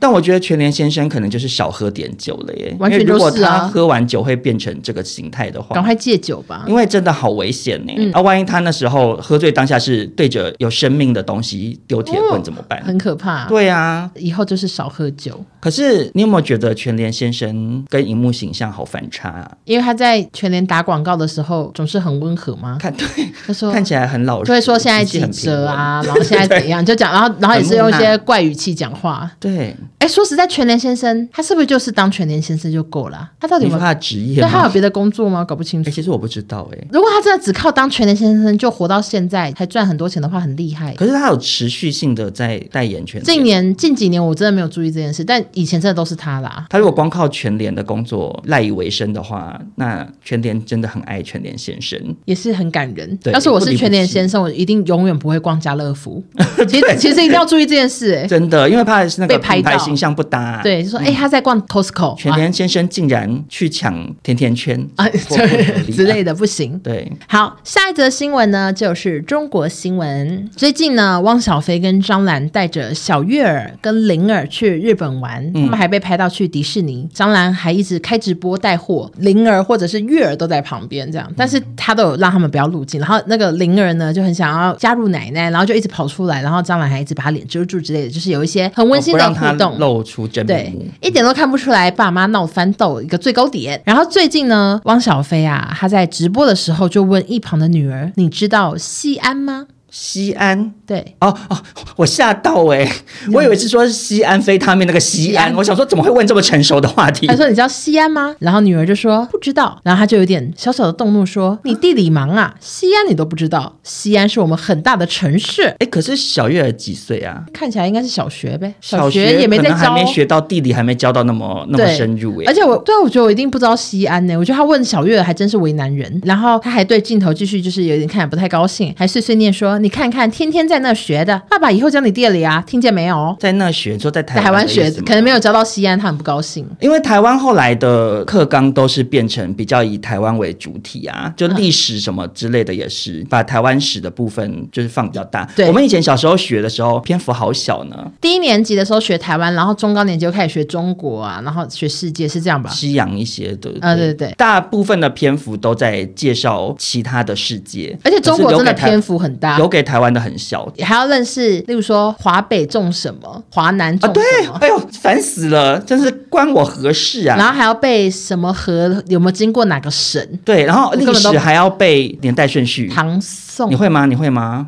Speaker 3: 但我觉得全联先生可能就是少喝点酒了耶，
Speaker 1: 完全
Speaker 3: 因为如果
Speaker 1: 就是啊
Speaker 3: 他喝完酒会变成这个形态的话，
Speaker 1: 赶快戒酒吧
Speaker 3: 因。为真的好危险呢、
Speaker 1: 嗯
Speaker 3: 啊，万一他那时候喝醉当下是对着有生命的东西丢铁棍怎么办？
Speaker 1: 哦很可怕。
Speaker 3: 对啊，
Speaker 1: 以后就是少喝酒，
Speaker 3: 可是你有没有觉得全联先生跟荧幕形象好反差、啊？
Speaker 1: 因为他在全联打广告的时候总是很温和嘛，
Speaker 3: 看对，
Speaker 1: 他说
Speaker 3: 看起来很老实，
Speaker 1: 就会说现在
Speaker 3: 语气
Speaker 1: 几
Speaker 3: 很平
Speaker 1: 折
Speaker 3: 稳。
Speaker 1: 啊，然后现在怎样就 讲，然后然后也是用一些怪语气讲话。
Speaker 3: 对，
Speaker 1: 哎，说实在，全联先生他是不是就是当全联先生就够了啊、他到底
Speaker 3: 你
Speaker 1: 有
Speaker 3: 说
Speaker 1: 没有？
Speaker 3: 他的职业
Speaker 1: 对他有
Speaker 3: 吗？
Speaker 1: 别的工作吗？搞不清
Speaker 3: 哎、
Speaker 1: 楚。
Speaker 3: 其实我不知道哎、
Speaker 1: 如果他真的只靠当全联先生就活到现在，还赚很多钱的话，很厉害。
Speaker 3: 可是他有持续性的在代言全
Speaker 1: 近
Speaker 3: 联。
Speaker 1: 年近几年我真的没有注意这件事，但以前真的都是他啦。
Speaker 3: 他如果光靠全联的工作赖以为生的话，那全联真的很爱全联先生。
Speaker 1: 也是很感人。
Speaker 3: 对
Speaker 1: 要是我
Speaker 3: 不
Speaker 1: 是
Speaker 3: 离不
Speaker 1: 全联
Speaker 3: 弃
Speaker 1: 先生，我一定永远不会逛家乐 福。其实其实一定要注意这件 事、哎，
Speaker 3: 真的，因为怕那
Speaker 1: 被
Speaker 3: 个
Speaker 1: 拍
Speaker 3: 品牌
Speaker 1: 到
Speaker 3: 形象不搭、啊。
Speaker 1: 对，就说哎、他在逛 Costco，
Speaker 3: 全联先生竟然去抢甜甜圈
Speaker 1: 啊啊对之类
Speaker 3: 的。
Speaker 1: 的不行。
Speaker 3: 对，
Speaker 1: 好，下一则新闻呢，就是中国新闻。最近呢，汪小菲跟张兰带着小月儿跟灵儿去日本玩，
Speaker 3: 嗯
Speaker 1: 他们还被拍到去迪士尼。张兰还一直开直播带货，灵儿或者是月儿都在旁边这
Speaker 3: 嗯
Speaker 1: 样，但是他都有让他们不要入镜。然后那个灵儿呢，就很想要加入奶奶，然后就一直跑出来，然后张兰还一直把她脸遮住之类的，就是有一些很温馨
Speaker 3: 哦不
Speaker 1: 的
Speaker 3: 让
Speaker 1: 互
Speaker 3: 他
Speaker 1: 动。
Speaker 3: 露出真面
Speaker 1: 对
Speaker 3: 目。，
Speaker 1: 一点都看不出来爸妈闹翻斗一个最高点。然后最近呢，汪小菲啊，他在直播的时候就问一旁的女儿：“你知道西安吗
Speaker 3: 西安？”
Speaker 1: 对，
Speaker 3: 哦哦，我吓到哎、欸！ 我以为是说西安非他命那个西安，
Speaker 1: 西安
Speaker 3: 我想说怎么会问这么成熟的话题
Speaker 1: 他？说：“你知道西安吗？”然后女儿就说：“不知道。”然后他就有点小小的动怒说：“你地理盲啊，西安你都不知道？西安是我们很大的城市，
Speaker 3: 哎，可是小月儿几岁啊？
Speaker 1: 看起来应该是小学呗，
Speaker 3: 学
Speaker 1: 也没
Speaker 3: 可
Speaker 1: 在
Speaker 3: 能
Speaker 1: 教
Speaker 3: 还。没学到地理，还没教到那么那么
Speaker 1: 对
Speaker 3: 深入哎、
Speaker 1: 而且我对啊，我觉得我一定不知道西安呢、我觉得他问小月还真是为难人，然后他还对镜头继续就是有点看着不太高兴，还碎碎念说：“你看看，天天在那学的，爸爸以后教你地理啊，听见没有？
Speaker 3: 在那学，说在台
Speaker 1: 在台湾
Speaker 3: 的意
Speaker 1: 学
Speaker 3: 思吗
Speaker 1: 可能没有教到西安，他很不高兴。”
Speaker 3: 因为台湾后来的课纲都是变成比较以台湾为主体啊，
Speaker 1: 嗯
Speaker 3: 就历史什么之类的也是、把台湾史的部分就是放比较大。
Speaker 1: 对
Speaker 3: 我们以前小时候学的时候篇幅好小呢，
Speaker 1: 低年级的时候学台湾，然后中高年级就开始学中国啊，然后学世界是这样吧？
Speaker 3: 西洋一些的
Speaker 1: 啊对对对
Speaker 3: 大部分的篇幅都在介绍其他的世界，
Speaker 1: 而且中国真的
Speaker 3: 可是留给台
Speaker 1: 篇幅很啊哦大
Speaker 3: 留，给台湾的很小。
Speaker 1: 还要认识，例如说华北种什么，华南
Speaker 3: 啊，
Speaker 1: 种
Speaker 3: 对
Speaker 1: 什，么，
Speaker 3: 哎呦，烦死了，真是关我何事啊！
Speaker 1: 然后还要背什么河有没有经过哪个省，
Speaker 3: 对，然后
Speaker 1: 根
Speaker 3: 历
Speaker 1: 本都
Speaker 3: 史还要背年代顺序，
Speaker 1: 唐宋
Speaker 3: 你。会吗？你会吗？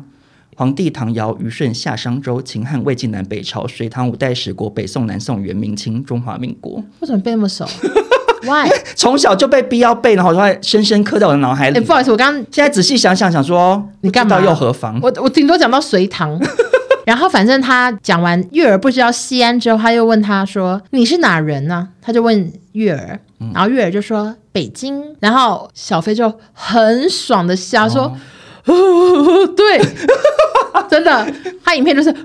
Speaker 3: 皇帝、唐、尧、虞、舜、夏、商、周、秦、汉、魏、晋、南北朝、隋唐、五代十国、北宋、南宋、元、明清、中华民国，
Speaker 1: 为什么背那么 熟？Why？
Speaker 3: 从小就被逼要背，然后就会深深刻在我的脑海
Speaker 1: 哎、
Speaker 3: 里。
Speaker 1: 不好意思，我刚刚
Speaker 3: 现在仔细想想，想说
Speaker 1: 你干嘛
Speaker 3: 不知道又何妨？
Speaker 1: 我我顶多讲到 隋唐。然后反正他讲完月儿不知道西安之后，他又问他说：“你是哪人呢、他就问月儿，
Speaker 3: 嗯
Speaker 1: 然后月儿就说：“北京。”然后小飞就很爽的笑说：“哦、对， 真的。”他影片就是、哦、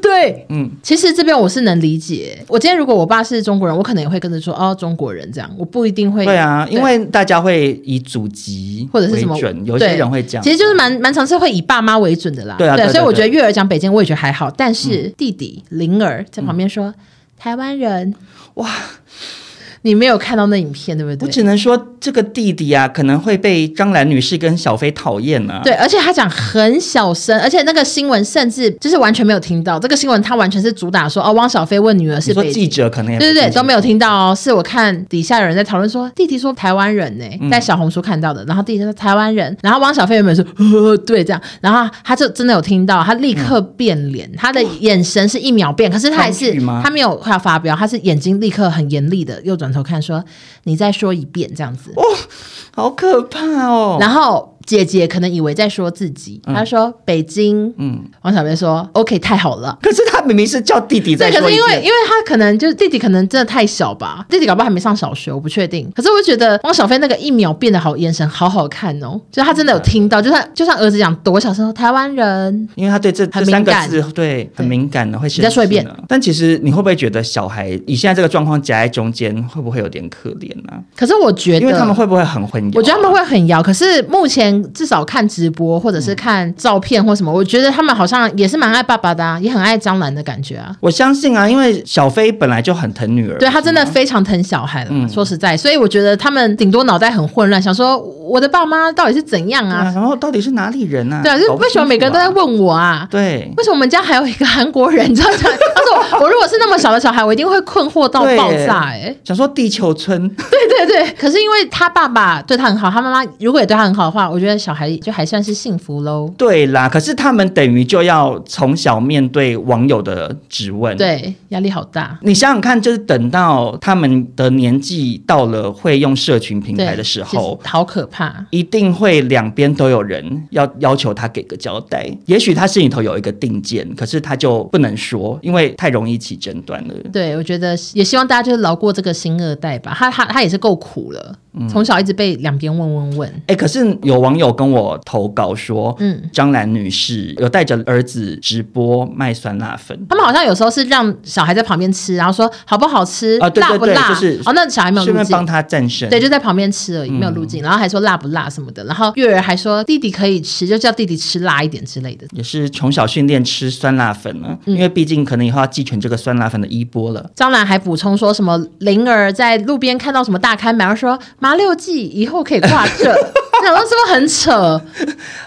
Speaker 1: 对，
Speaker 3: 嗯
Speaker 1: 嗯。其实这边我是能理解，我今天如果我爸是中国人，我可能也会跟着说：“哦，中国人这样。”我不一定会
Speaker 3: 对啊，因为大家会以祖籍
Speaker 1: 或者是
Speaker 3: 为
Speaker 1: 什么
Speaker 3: 准，有
Speaker 1: 对
Speaker 3: 些人会讲，
Speaker 1: 其实就是蛮蛮常是会以爸妈为准的啦。
Speaker 3: 对啊对对
Speaker 1: 所以我
Speaker 3: 对
Speaker 1: 觉得月儿讲北京，我也觉得还好。但是弟弟灵儿在旁边说、台湾人，
Speaker 3: 嗯哇，
Speaker 1: 你没有看到那影片对不
Speaker 3: 我
Speaker 1: 对？
Speaker 3: 只能说这个弟弟啊，可能会被张兰女士跟小飞讨厌啊。
Speaker 1: 对，而且他讲很小声，而且那个新闻甚至就是完全没有听到。这个新闻他完全是主打说哦，汪小菲问女儿
Speaker 3: 你
Speaker 1: 是
Speaker 3: 说
Speaker 1: 北
Speaker 3: 记
Speaker 1: 京。
Speaker 3: 者可能也
Speaker 1: 对对对，都没
Speaker 3: 有。
Speaker 1: 有听到哦。是我看底下有人在讨论说，弟弟说台湾人呢、
Speaker 3: 嗯
Speaker 1: 在小红书看到的。然后弟弟说台湾人，然后汪小菲原本说 呃对这样，然后他就真的有听到，他立刻变脸，他的眼神是一秒变，可是他还是
Speaker 3: 抗拒吗
Speaker 1: 他没有快要发飙，他是眼睛立刻很严厉的又转头看说你再说一遍这样子。
Speaker 3: 哦好可怕哦！
Speaker 1: 然后姐姐可能以为在说自己，
Speaker 3: 嗯
Speaker 1: 她说北京，嗯，汪小菲说 OK 太好了。
Speaker 3: 可是他明明是叫弟弟在
Speaker 1: 对，
Speaker 3: 说
Speaker 1: 可
Speaker 3: 一
Speaker 1: 是
Speaker 3: 遍，
Speaker 1: 因为因为他可能就是弟弟，可能真的太小吧，弟弟搞不好还没上小学，我不确定。可是我觉得汪小菲那个一秒变得好眼神，好好看哦，就是他真的有听到，就算就算儿子讲多小声，台湾人，
Speaker 3: 因为他对这
Speaker 1: 很
Speaker 3: 这三
Speaker 1: 敏
Speaker 3: 个
Speaker 1: 感
Speaker 3: 字对很敏感的，会
Speaker 1: 你再说一遍
Speaker 3: 生气呢。但其实你会不会觉得小孩以现在这个状况夹在中间，会不会有点可怜呢、
Speaker 1: 可是我觉得
Speaker 3: 因为他们。会不会很混淆啊、
Speaker 1: 我觉得他们会很摇，可是目前至少看直播或者是看照片或什么，我觉得他们好像也是蛮爱爸爸的、啊，也很爱张兰的感觉啊。
Speaker 3: 我相信啊，因为小飞本来就很疼女儿，啊
Speaker 1: 对他
Speaker 3: 是
Speaker 1: 真
Speaker 3: 吗
Speaker 1: 的非常疼小孩了，
Speaker 3: 嗯
Speaker 1: 说实在，所以我觉得他们顶多脑袋很混乱，想说我的爸妈到底是怎样
Speaker 3: 对
Speaker 1: 啊
Speaker 3: 啊，？然后到底是哪里人啊？
Speaker 1: 对啊，就
Speaker 3: 搞不
Speaker 1: 为什么每个人都在
Speaker 3: 清楚啊
Speaker 1: 问我啊？
Speaker 3: 对。
Speaker 1: 为什么我们家还有一个韩国人？你知道吗？ 他说我，我如果是那么小的小孩，我一定会困惑到
Speaker 3: 对
Speaker 1: 爆炸、 欸。
Speaker 3: 想说地球村，
Speaker 1: 对对对。可是因为他爸爸对他很好，他妈妈如果也对他很好的话，我觉得小孩就还算是幸福喽。
Speaker 3: 对啦，可是他们等于就要从小面对网友的质问，
Speaker 1: 对，压力好大。
Speaker 3: 你想想看，就是等到他们的年纪到了会用社群平
Speaker 1: 对
Speaker 3: 台的时候
Speaker 1: 其，实好可怕。
Speaker 3: 一定会两边都有人要要求他给个交代。也许他心里头有一个定见，可是他就不能说，因为太容易起争端了。
Speaker 1: 对，我觉得也希望大家就是熬过这个新二代吧。他他他也是够苦了，
Speaker 3: 嗯
Speaker 1: 从小一直被两边问问问。
Speaker 3: 哎，可是有网友跟我投稿说，
Speaker 1: 嗯
Speaker 3: 张兰女士有带着儿子直播卖酸辣粉，
Speaker 1: 他们好像有时候是让小孩在旁边吃，然后说好不好吃，
Speaker 3: 啊对对
Speaker 1: 辣不
Speaker 3: 对
Speaker 1: 辣？
Speaker 3: 就是
Speaker 1: 哦，那小孩没有
Speaker 3: 顺
Speaker 1: 入
Speaker 3: 便帮
Speaker 1: 境。
Speaker 3: 他战胜。
Speaker 1: 对，就在旁边吃而已，没有入境，然后还说辣不辣什么的，然后月儿还说弟弟可以吃，就叫弟弟吃辣一点之类的。
Speaker 3: 也是从小训练吃酸辣粉呢、
Speaker 1: 嗯
Speaker 3: 因为毕竟可能以后要继承这个酸辣粉的衣钵了。
Speaker 1: 张兰还补充说 什么灵儿在路边看到什么大看板，然后说麻六记以后可以挂这，想说是不是很扯？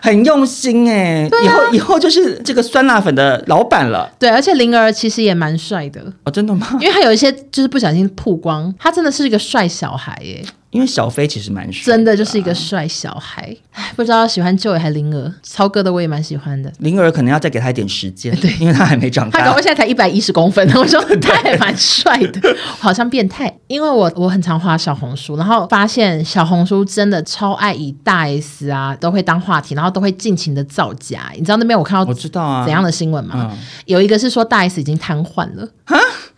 Speaker 3: 很用心哎、
Speaker 1: 啊
Speaker 3: 以后以后就是这个酸辣粉的老板了
Speaker 1: 对，而且灵儿其实也蛮帅的，
Speaker 3: 哦，真的吗？
Speaker 1: 因为他有一些就是不小心曝光，他真的是一个帅小孩耶，
Speaker 3: 因为小飞其实蛮帅的啊，
Speaker 1: 真的就是一个帅小孩。唉，不知道喜欢 Joy 还灵儿，超哥的我也蛮喜欢的。
Speaker 3: 灵儿可能要再给他一点时间，对，因为他还没长
Speaker 1: 他搞
Speaker 3: 大
Speaker 1: 我。现在才一百一十公分， 我说他还蛮帅的， 好像变态。因为我我很常滑小红书，然后发现小红书真的超爱以大 S 啊都会当话题，然后都会尽情的造假。你知道那边我看到
Speaker 3: 我知道啊，
Speaker 1: 怎样的新闻吗？
Speaker 3: 嗯
Speaker 1: 有一个是说大 S 已经瘫痪了，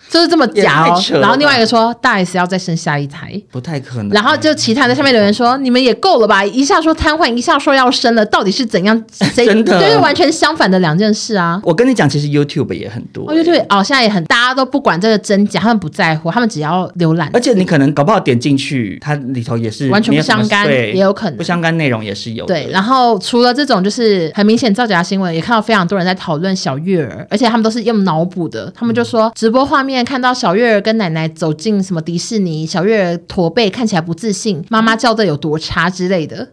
Speaker 1: 就是这么假
Speaker 3: 也
Speaker 1: 哦
Speaker 3: 太。扯了吧
Speaker 1: 然后另外一个说大 S 要再生下一胎，
Speaker 3: 不太可能。
Speaker 1: 然后就其他人在下面留言 说：“你们也够了吧？一下说瘫痪，一下说要生了，到底是怎 样？谁
Speaker 3: 真的
Speaker 1: 就是完全相反的两件事啊！”
Speaker 3: 我跟你讲，其实 YouTube 也很多、欸
Speaker 1: 哦，对对，哦，现在也很，大家都不管这个真假，他们不在乎，他们只要浏览
Speaker 3: 而。且你可能搞不好点进去，它里头也是
Speaker 1: 完全
Speaker 3: 没有
Speaker 1: 不相
Speaker 3: 什么
Speaker 1: 干
Speaker 3: 对
Speaker 1: 也有可能
Speaker 3: 不相干内容也是有的
Speaker 1: 对，然后除了这种就是很明显造假的新闻，也看到非常多人在讨论小月儿，而且他们都是用脑补的。他们就
Speaker 3: 嗯
Speaker 1: 说直播画面看到小月儿跟奶奶走进什么迪士尼，小月儿驼背看起来不自信，妈妈叫的有多差之类的。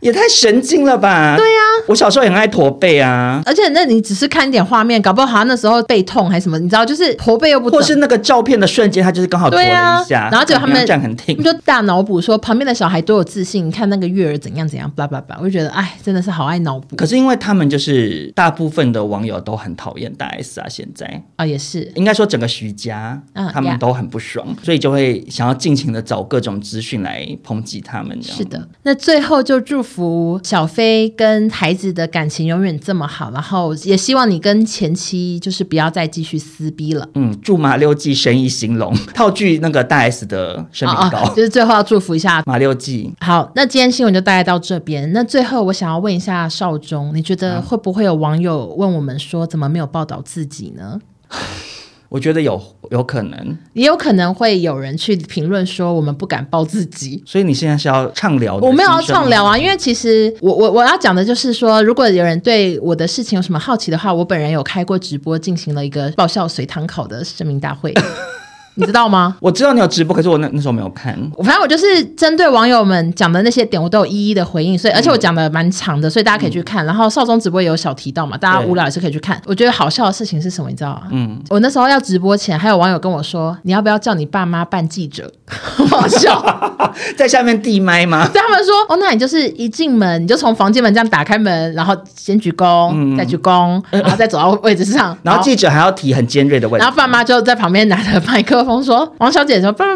Speaker 3: 也太神经了吧？
Speaker 1: 啊
Speaker 3: 对呀、我小时候也很爱驼背啊，
Speaker 1: 而且那你只是看一点画面，搞不好好像那时候背痛还是什么，你知道，就是驼背又不
Speaker 3: 或
Speaker 1: 懂。
Speaker 3: 是那个照片的瞬间，它就是刚好驼了
Speaker 1: 对啊
Speaker 3: 一下，
Speaker 1: 然后结果他们
Speaker 3: 不要站很
Speaker 1: 他
Speaker 3: 挺
Speaker 1: 们。就大脑补说旁边的小孩多有自信，你看那个月儿怎样怎样，巴拉巴拉，我就觉得哎，真的是好爱脑补
Speaker 3: 可是因为他们就是大部分的网友都很讨厌大 S 啊，现在
Speaker 1: 啊、也是
Speaker 3: 应该说整个徐家、
Speaker 1: 嗯
Speaker 3: 他们
Speaker 1: yeah
Speaker 3: 都很不爽，所以就会想要尽情的找各种资讯来抨击他们。这样
Speaker 1: 是，的。那最后就祝福小飞跟孩子的感情永远这么好，然后也希望你跟前妻就是不要再继续撕逼了。
Speaker 3: 嗯，祝马六记生意兴隆， 套句那个大 S 的声明稿，
Speaker 1: 啊就是最后要祝福一下。
Speaker 3: 马六记。
Speaker 1: 好，那今天新闻就大概到这边。那最后我想要问一下少中，你觉
Speaker 3: 嗯
Speaker 1: 得会不会有网友问我们说，怎么没有报道自己呢？
Speaker 3: 我觉得有有可能，
Speaker 1: 也有可能会有人去评论说，我们不敢报自己。
Speaker 3: 所以你现在是要畅聊？
Speaker 1: 我没有要畅聊，啊，因为其实我我我要讲的就是说，如果有人对我的事情有什么好奇的话，我本人有开过直播，进行了一个爆笑随堂考的声明大会， 你知道吗？
Speaker 3: 我知道你有直播，可是我那那时候没有看。
Speaker 1: 反正我就是针对网友们讲的那些点，我都有一一的回应，所以而且我讲的蛮长的，所以大家可以去看。然后少中直播也有小提到嘛，大家
Speaker 3: 嗯对
Speaker 1: 无聊也是可以去看。我觉得好笑的事情是什么，你知道吗？
Speaker 3: 嗯，
Speaker 1: 我那时候要直播前，还有网友跟我说，你要不要叫你爸妈办 记者？好笑。
Speaker 3: 在下面递麦吗？
Speaker 1: 对他们说，哦，那你就是一进门，你就从房间门这样打开门，然后先鞠躬，再鞠躬，然后再走到位置上，
Speaker 3: 然后记者还要提很尖锐的问题
Speaker 1: 然，后爸妈就在旁边拿着麦克风说：“王小姐说不不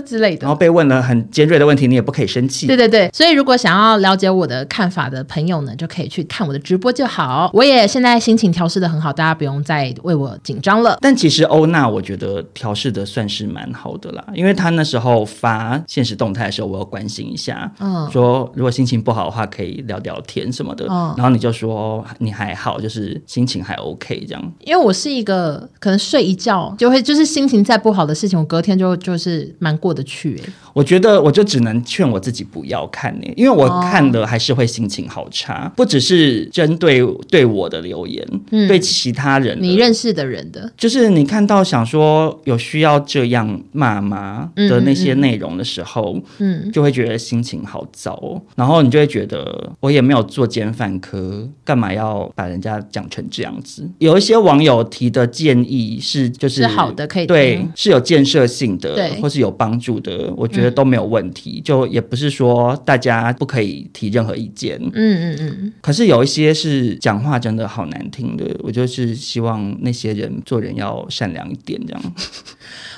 Speaker 1: 不之类
Speaker 3: 然
Speaker 1: 的。
Speaker 3: 后被问了很尖锐的问题，你也不可以生”气
Speaker 1: 对。对对，所以如果想要了解我的看法的朋友呢，就可以去看我的直播就好。我也现在心情调试的很好，大家不用再为我紧张了。
Speaker 3: 但其实欧娜，我觉得调试的算是蛮好的啦，因为她那时候发现实动态的时候，我有关心一下，
Speaker 1: 嗯
Speaker 3: 说如果心情不好的话，可以聊聊天什么的。
Speaker 1: 嗯
Speaker 3: 然后你就说你还好，就是心情还 OK 这样。
Speaker 1: 因为我是一个可能睡一觉就会，就是心情再不好的事情，我隔天就就是蛮过得去、欸。
Speaker 3: 我觉得我就只能劝我自己不要看呢、因为我
Speaker 1: 哦
Speaker 3: 看了还是会心情好差，不只是针对对我的留言，对其他人的
Speaker 1: 嗯你认识的人的，
Speaker 3: 就是你看到想说有需要这样骂吗的那些内容的时候，
Speaker 1: 嗯。
Speaker 3: 就会觉得心情好糟哦。然后你就会觉得我也没有做奸犯科，干嘛要把人家讲成这样子？有一些网友提的建议是，就是
Speaker 1: 是好的可以
Speaker 3: 对
Speaker 1: 听，
Speaker 3: 是有建设性的，
Speaker 1: 对嗯
Speaker 3: 或是有帮助的，我觉得都没有问题。就也不是说大家不可以提任何意见，
Speaker 1: 嗯嗯嗯，
Speaker 3: 可是有一些是讲话真的好难听的，我就是希望那些人做人要善良一点，这样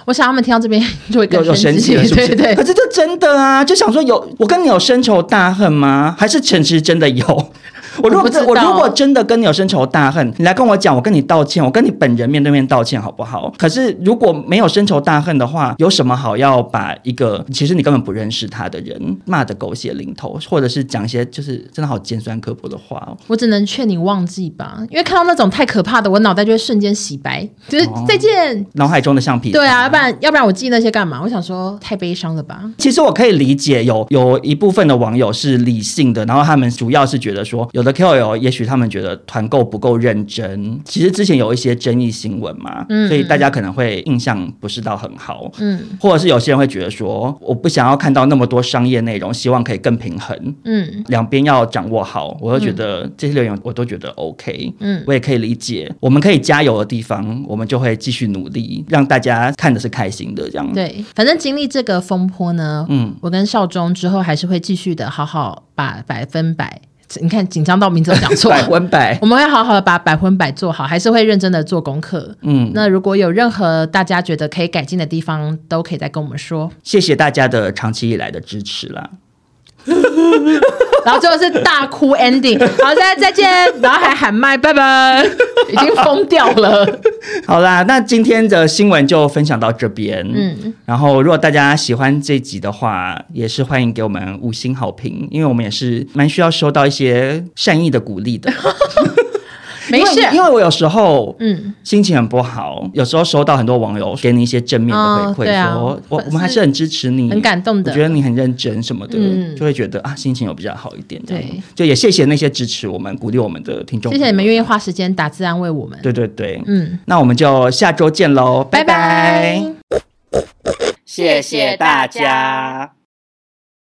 Speaker 1: 我想他们听到这边 就会
Speaker 3: 有
Speaker 1: 更
Speaker 3: 有生气 了是不
Speaker 1: 对
Speaker 3: 是？
Speaker 1: 对
Speaker 3: 可
Speaker 1: 对。
Speaker 3: 是这真的啊，就想说有我跟你有深仇大恨吗？还是其实真的有？ 我如
Speaker 1: 我
Speaker 3: 果
Speaker 1: 不知道
Speaker 3: 我如果真的跟你有深仇大恨，你来跟我讲，我跟你道歉，我跟你本人面对面道歉好不好？可是如果没有深仇大恨的话，有什么好要把一个其实你根本不认识他的人骂得狗血淋头，或者是讲一些就是真的好尖酸刻薄的话哦？
Speaker 1: 我只能劝你忘记吧，因为看到那种太可怕的，我脑袋就会瞬间洗白，就是
Speaker 3: 哦
Speaker 1: 再见。
Speaker 3: 脑海中的橡皮
Speaker 1: 对啊，要不然要不然我记那些干嘛？我想说太悲伤了吧。
Speaker 3: 其实我可以理解有有一部分的网友是理性的，然后他们主要是觉得说，有的的 KOL 也许他们觉得团购不够认真，其实之前有一些争议新闻嘛，
Speaker 1: 嗯
Speaker 3: 所以大家可能会印象不是到很好，
Speaker 1: 嗯
Speaker 3: 或者是有些人会觉得说，我不想要看到那么多商业内容，希望可以更平衡，
Speaker 1: 嗯
Speaker 3: 两边要掌握好。我就觉得这些留言我都觉得 OK，
Speaker 1: 嗯
Speaker 3: 我也可以理解。我们可以加油的地方，我们就会继续努力，让大家看的是开心的这样。，
Speaker 1: 嗯对，反正经历这个风波呢，
Speaker 3: 嗯，
Speaker 1: 我跟少中之后还是会继续的，好好把百分百，你看紧张到名字都讲错
Speaker 3: 百
Speaker 1: 了。
Speaker 3: 分百，
Speaker 1: 我们会好好的把百分百做好，还是会认真的做功课。
Speaker 3: 嗯，
Speaker 1: 那如果有任何大家觉得可以改进的地方，都可以再跟我们说。
Speaker 3: 谢谢大家的长期以来的支持啦。
Speaker 1: 然后最后是大哭 ending，好，大家再见，然后还喊麦，拜拜， 已经疯掉了。
Speaker 3: 好啦，那今天的新闻就分享到这边。嗯，然后如果大家喜欢这集的话，也是欢迎给我们五星好评，因为我们也是蛮需要收到一些善意的鼓励的。
Speaker 1: 没事
Speaker 3: 因，为因为我有时候
Speaker 1: 嗯，
Speaker 3: 心情很不好，有时候收到很多网友给你一些正面的
Speaker 1: 哦
Speaker 3: 回馈，
Speaker 1: 对啊
Speaker 3: 说我
Speaker 1: 粉丝
Speaker 3: 我们还是很支持你，
Speaker 1: 很感动的
Speaker 3: 我觉得你很认真什么的，
Speaker 1: 嗯
Speaker 3: 就会觉得啊心情有比较好一点。
Speaker 1: 对
Speaker 3: 这样，就也谢谢那些支持我们、鼓励我们的听众，
Speaker 1: 谢谢你们。愿意花时间打字安慰我们。
Speaker 3: 对对对，
Speaker 1: 嗯，
Speaker 3: 那我们就下周见喽，
Speaker 1: 拜拜
Speaker 3: 拜。
Speaker 2: 谢谢大家。